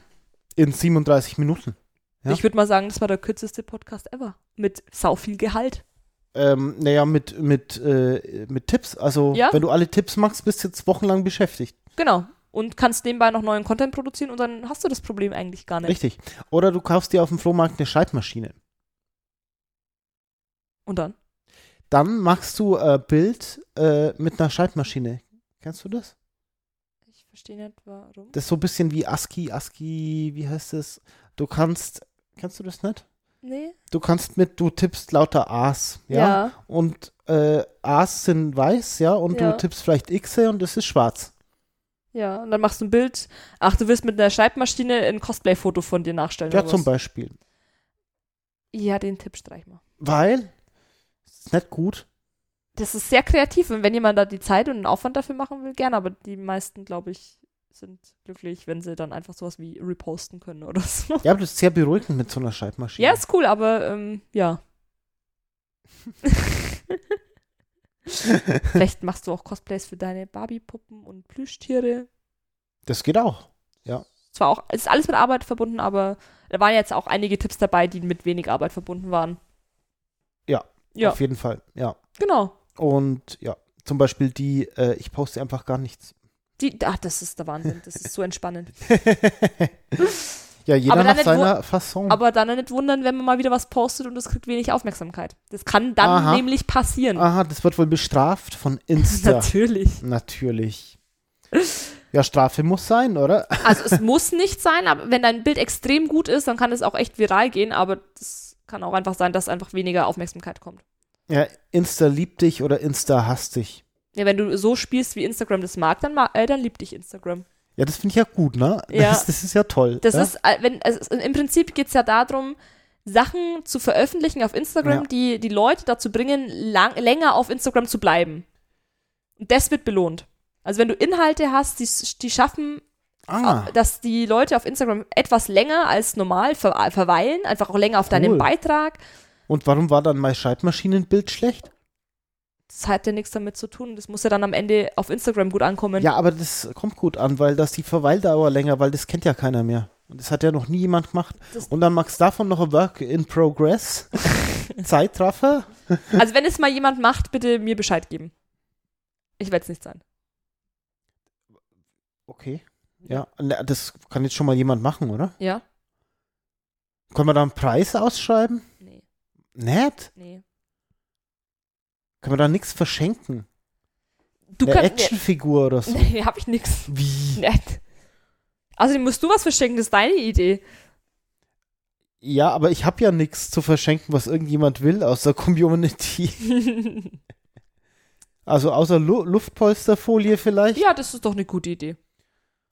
Speaker 1: In 37 Minuten. Ja.
Speaker 2: Ich würde mal sagen, das war der kürzeste Podcast ever. Mit sau viel Gehalt.
Speaker 1: Ähm, naja, mit, mit, äh, mit Tipps. Also,
Speaker 2: Ja.
Speaker 1: wenn du alle Tipps machst, bist du jetzt wochenlang beschäftigt.
Speaker 2: Genau. Und kannst nebenbei noch neuen Content produzieren und dann hast du das Problem eigentlich gar nicht.
Speaker 1: Richtig. Oder du kaufst dir auf dem Flohmarkt eine Schreibmaschine.
Speaker 2: Und dann?
Speaker 1: Dann machst du äh, Bild äh, mit einer Schreibmaschine. Kennst du das?
Speaker 2: Ich verstehe nicht, warum.
Speaker 1: Das ist so ein bisschen wie ASCII, ASCII, wie heißt es? Du kannst, kennst du das nicht?
Speaker 2: Nee.
Speaker 1: Du kannst mit, du tippst lauter A's, ja? Und äh, A's sind weiß, ja? Und
Speaker 2: Ja.
Speaker 1: du tippst vielleicht Xe und es ist schwarz.
Speaker 2: Ja, und dann machst du ein Bild. Ach, du willst mit einer Schreibmaschine ein Cosplay-Foto von dir nachstellen.
Speaker 1: Ja,
Speaker 2: oder
Speaker 1: zum
Speaker 2: was?
Speaker 1: Beispiel.
Speaker 2: Ja, den Tipp streich mal.
Speaker 1: Weil, ist nicht gut.
Speaker 2: Das ist sehr kreativ und wenn jemand da die Zeit und den Aufwand dafür machen will, gerne, aber die meisten, glaube ich, sind glücklich, wenn sie dann einfach sowas wie reposten können oder so.
Speaker 1: Ja, aber das ist sehr beruhigend mit so einer Schreibmaschine.
Speaker 2: Ja, ist cool, aber ähm, ja. Vielleicht machst du auch Cosplays für deine Barbie-Puppen und Plüschtiere.
Speaker 1: Das geht auch.
Speaker 2: Zwar auch, es ist alles mit Arbeit verbunden, aber da waren jetzt auch einige Tipps dabei, die mit wenig Arbeit verbunden waren.
Speaker 1: Ja,
Speaker 2: Ja,
Speaker 1: Auf jeden Fall. Ja.
Speaker 2: genau.
Speaker 1: Und ja, zum Beispiel die, äh, ich poste einfach gar nichts.
Speaker 2: Die, ach, das ist der Wahnsinn, das ist so entspannend.
Speaker 1: ja,
Speaker 2: Aber
Speaker 1: jeder
Speaker 2: dann
Speaker 1: nach
Speaker 2: nicht
Speaker 1: seiner Fasson.
Speaker 2: Aber dann nicht wundern, wenn man mal wieder was postet und es kriegt wenig Aufmerksamkeit. Das kann dann
Speaker 1: Aha.
Speaker 2: nämlich passieren.
Speaker 1: Aha, das wird wohl bestraft von Insta.
Speaker 2: Natürlich.
Speaker 1: Natürlich. Ja, Strafe muss sein, oder?
Speaker 2: Also es muss nicht sein, aber wenn dein Bild extrem gut ist, dann kann es auch echt viral gehen, aber es kann auch einfach sein, dass einfach weniger Aufmerksamkeit kommt.
Speaker 1: Ja, Insta liebt dich oder Insta hasst dich.
Speaker 2: Ja, wenn du so spielst, wie Instagram das mag, dann, ma- äh, dann liebt dich Instagram.
Speaker 1: Ja, das finde ich ja gut, ne?
Speaker 2: Ja.
Speaker 1: Das, das ist ja toll.
Speaker 2: Das
Speaker 1: ja?
Speaker 2: ist, äh, wenn, also es- im Prinzip geht es ja darum, Sachen zu veröffentlichen auf Instagram,
Speaker 1: Ja.
Speaker 2: die die Leute dazu bringen, lang, länger auf Instagram zu bleiben. Und das wird belohnt. Also wenn du Inhalte hast, die, s- die schaffen, äh,
Speaker 1: ah,
Speaker 2: dass die Leute auf Instagram etwas länger als normal ver äh, verweilen, einfach auch länger auf deinem
Speaker 1: Cool.
Speaker 2: Beitrag,
Speaker 1: und warum war dann mein Schreibmaschinenbild schlecht?
Speaker 2: das hat ja nichts damit zu tun. Das muss ja dann am Ende auf Instagram gut ankommen.
Speaker 1: Ja, aber das kommt gut an, weil das die Verweildauer länger, weil das kennt ja keiner mehr. Und das hat ja noch nie jemand gemacht.
Speaker 2: Das-
Speaker 1: Und dann magst du davon noch ein Work in Progress, Zeitraffer.
Speaker 2: Also wenn es mal jemand macht, bitte mir Bescheid geben. Ich werde es nicht sein.
Speaker 1: Okay. Ja, na, das kann jetzt schon mal jemand machen, oder?
Speaker 2: Ja?
Speaker 1: Können wir da einen Preis ausschreiben?
Speaker 2: Nee,
Speaker 1: Nett.
Speaker 2: nee.
Speaker 1: Können wir da nichts verschenken?
Speaker 2: Du
Speaker 1: Eine
Speaker 2: kannst.
Speaker 1: Actionfigur oder so.
Speaker 2: Nee, hab ich nix.
Speaker 1: Wie?
Speaker 2: Nett. Außerdem musst du was verschenken, das ist deine Idee.
Speaker 1: Ja, aber ich habe ja nichts zu verschenken, was irgendjemand will aus der Community. Also außer Lu Luftpolsterfolie vielleicht.
Speaker 2: ja, das ist doch eine gute Idee.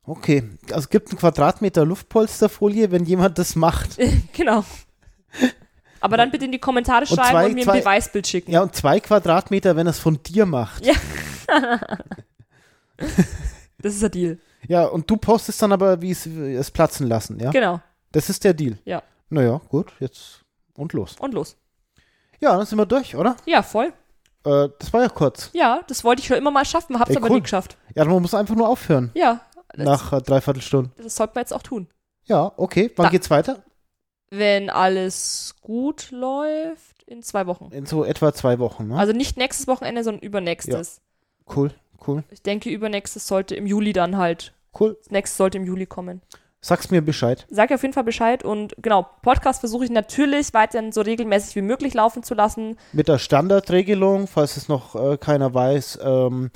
Speaker 1: Okay, also gibt einen Quadratmeter Luftpolsterfolie, wenn jemand das macht.
Speaker 2: genau. Aber dann bitte in die Kommentare schreiben und,
Speaker 1: zwei-
Speaker 2: mir
Speaker 1: zwei-
Speaker 2: ein Beweisbild schicken.
Speaker 1: Ja, und zwei Quadratmeter, wenn er es von dir macht.
Speaker 2: Ja. Das ist der Deal.
Speaker 1: Ja, und du postest dann aber, wie es es platzen lassen, ja?
Speaker 2: Genau.
Speaker 1: Das ist der Deal.
Speaker 2: Ja.
Speaker 1: Naja, gut, jetzt und los.
Speaker 2: Und los.
Speaker 1: Ja, dann sind wir durch, oder?
Speaker 2: Ja, voll.
Speaker 1: Äh, das war ja kurz.
Speaker 2: Ja, das wollte ich schon immer mal schaffen, hab's
Speaker 1: Ey,
Speaker 2: aber
Speaker 1: cool.
Speaker 2: nie geschafft.
Speaker 1: Ja, man muss einfach nur aufhören.
Speaker 2: Ja, das,
Speaker 1: Nach äh, dreiviertel Stunde.
Speaker 2: das sollten wir jetzt auch tun.
Speaker 1: Ja, okay. Wann
Speaker 2: Da-
Speaker 1: geht's weiter?
Speaker 2: Wenn alles gut läuft, in zwei Wochen.
Speaker 1: In so etwa zwei Wochen, ne?
Speaker 2: Also nicht nächstes Wochenende, sondern übernächstes.
Speaker 1: cool, cool,
Speaker 2: Ich denke, übernächstes sollte im Juli dann halt.
Speaker 1: cool.
Speaker 2: Das nächste sollte im Juli kommen.
Speaker 1: Sag's mir Bescheid.
Speaker 2: Sag auf jeden Fall Bescheid und genau, Podcast versuche ich natürlich weiterhin so regelmäßig wie möglich laufen zu lassen.
Speaker 1: Mit der Standardregelung, falls es noch äh, keiner weiß, ähm,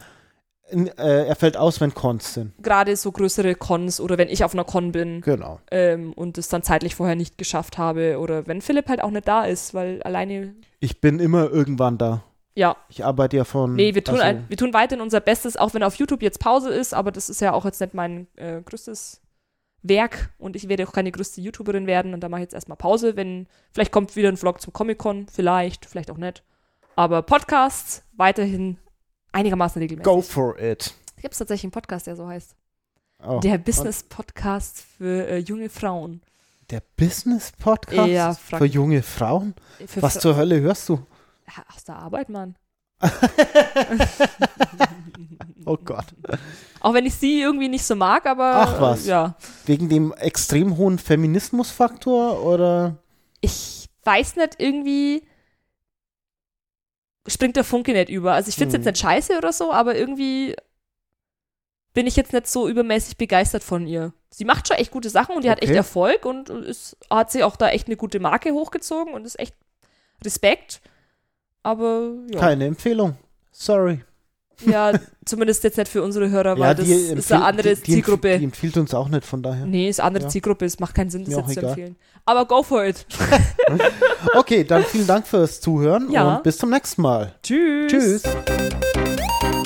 Speaker 1: n- äh, er fällt aus, wenn Cons sind.
Speaker 2: Gerade so größere Cons oder wenn ich auf einer Con bin
Speaker 1: Genau.
Speaker 2: ähm, und es dann zeitlich vorher nicht geschafft habe oder wenn Philipp halt auch nicht da ist, weil alleine,
Speaker 1: Ich bin immer irgendwann da.
Speaker 2: ja,
Speaker 1: Ich arbeite ja von.
Speaker 2: nee, wir tun,
Speaker 1: also,
Speaker 2: ein, wir tun weiterhin unser Bestes, auch wenn auf YouTube jetzt Pause ist, aber das ist ja auch jetzt nicht mein äh, größtes Werk und ich werde auch keine größte YouTuberin werden und da mache ich jetzt erstmal Pause, wenn, vielleicht kommt wieder ein Vlog zum Comic-Con, vielleicht, vielleicht auch nicht, aber Podcasts weiterhin einigermaßen regelmäßig.
Speaker 1: Go for it.
Speaker 2: gibt es tatsächlich einen Podcast, der so heißt.
Speaker 1: Oh,
Speaker 2: Der Business-Podcast für äh, junge Frauen.
Speaker 1: der Business-Podcast
Speaker 2: Ja, frag-
Speaker 1: für junge Frauen?
Speaker 2: Äh, Für
Speaker 1: Was
Speaker 2: Fra-
Speaker 1: zur Hölle hörst du?
Speaker 2: Ja, Aus der Arbeit, Mann.
Speaker 1: Oh Gott.
Speaker 2: Auch wenn ich sie irgendwie nicht so mag, aber.
Speaker 1: Ach was.
Speaker 2: äh, Ja.
Speaker 1: Wegen dem extrem hohen Feminismusfaktor oder?
Speaker 2: Ich weiß nicht, irgendwie springt der Funke nicht über. Also ich finde es
Speaker 1: Hm.
Speaker 2: jetzt nicht scheiße oder so, aber irgendwie bin ich jetzt nicht so übermäßig begeistert von ihr. Sie macht schon echt gute Sachen und die hat echt
Speaker 1: Okay.
Speaker 2: Erfolg und ist, hat sie auch da echt eine gute Marke hochgezogen und ist echt Respekt. Aber ja.
Speaker 1: Keine Empfehlung. Sorry.
Speaker 2: Ja, zumindest jetzt nicht für unsere Hörer, weil das ist eine
Speaker 1: empfiehlt-
Speaker 2: andere
Speaker 1: äh, die, die, empf- Die
Speaker 2: Zielgruppe.
Speaker 1: empfiehlt uns auch nicht, von daher.
Speaker 2: Nee, ist eine andere
Speaker 1: Ja.
Speaker 2: Zielgruppe. Es macht keinen Sinn, das
Speaker 1: Mir auch
Speaker 2: jetzt zu
Speaker 1: egal.
Speaker 2: empfehlen. Aber go for it.
Speaker 1: Okay, dann vielen Dank fürs Zuhören
Speaker 2: Ja.
Speaker 1: und bis zum nächsten Mal.
Speaker 2: Tschüss.
Speaker 1: Tschüss.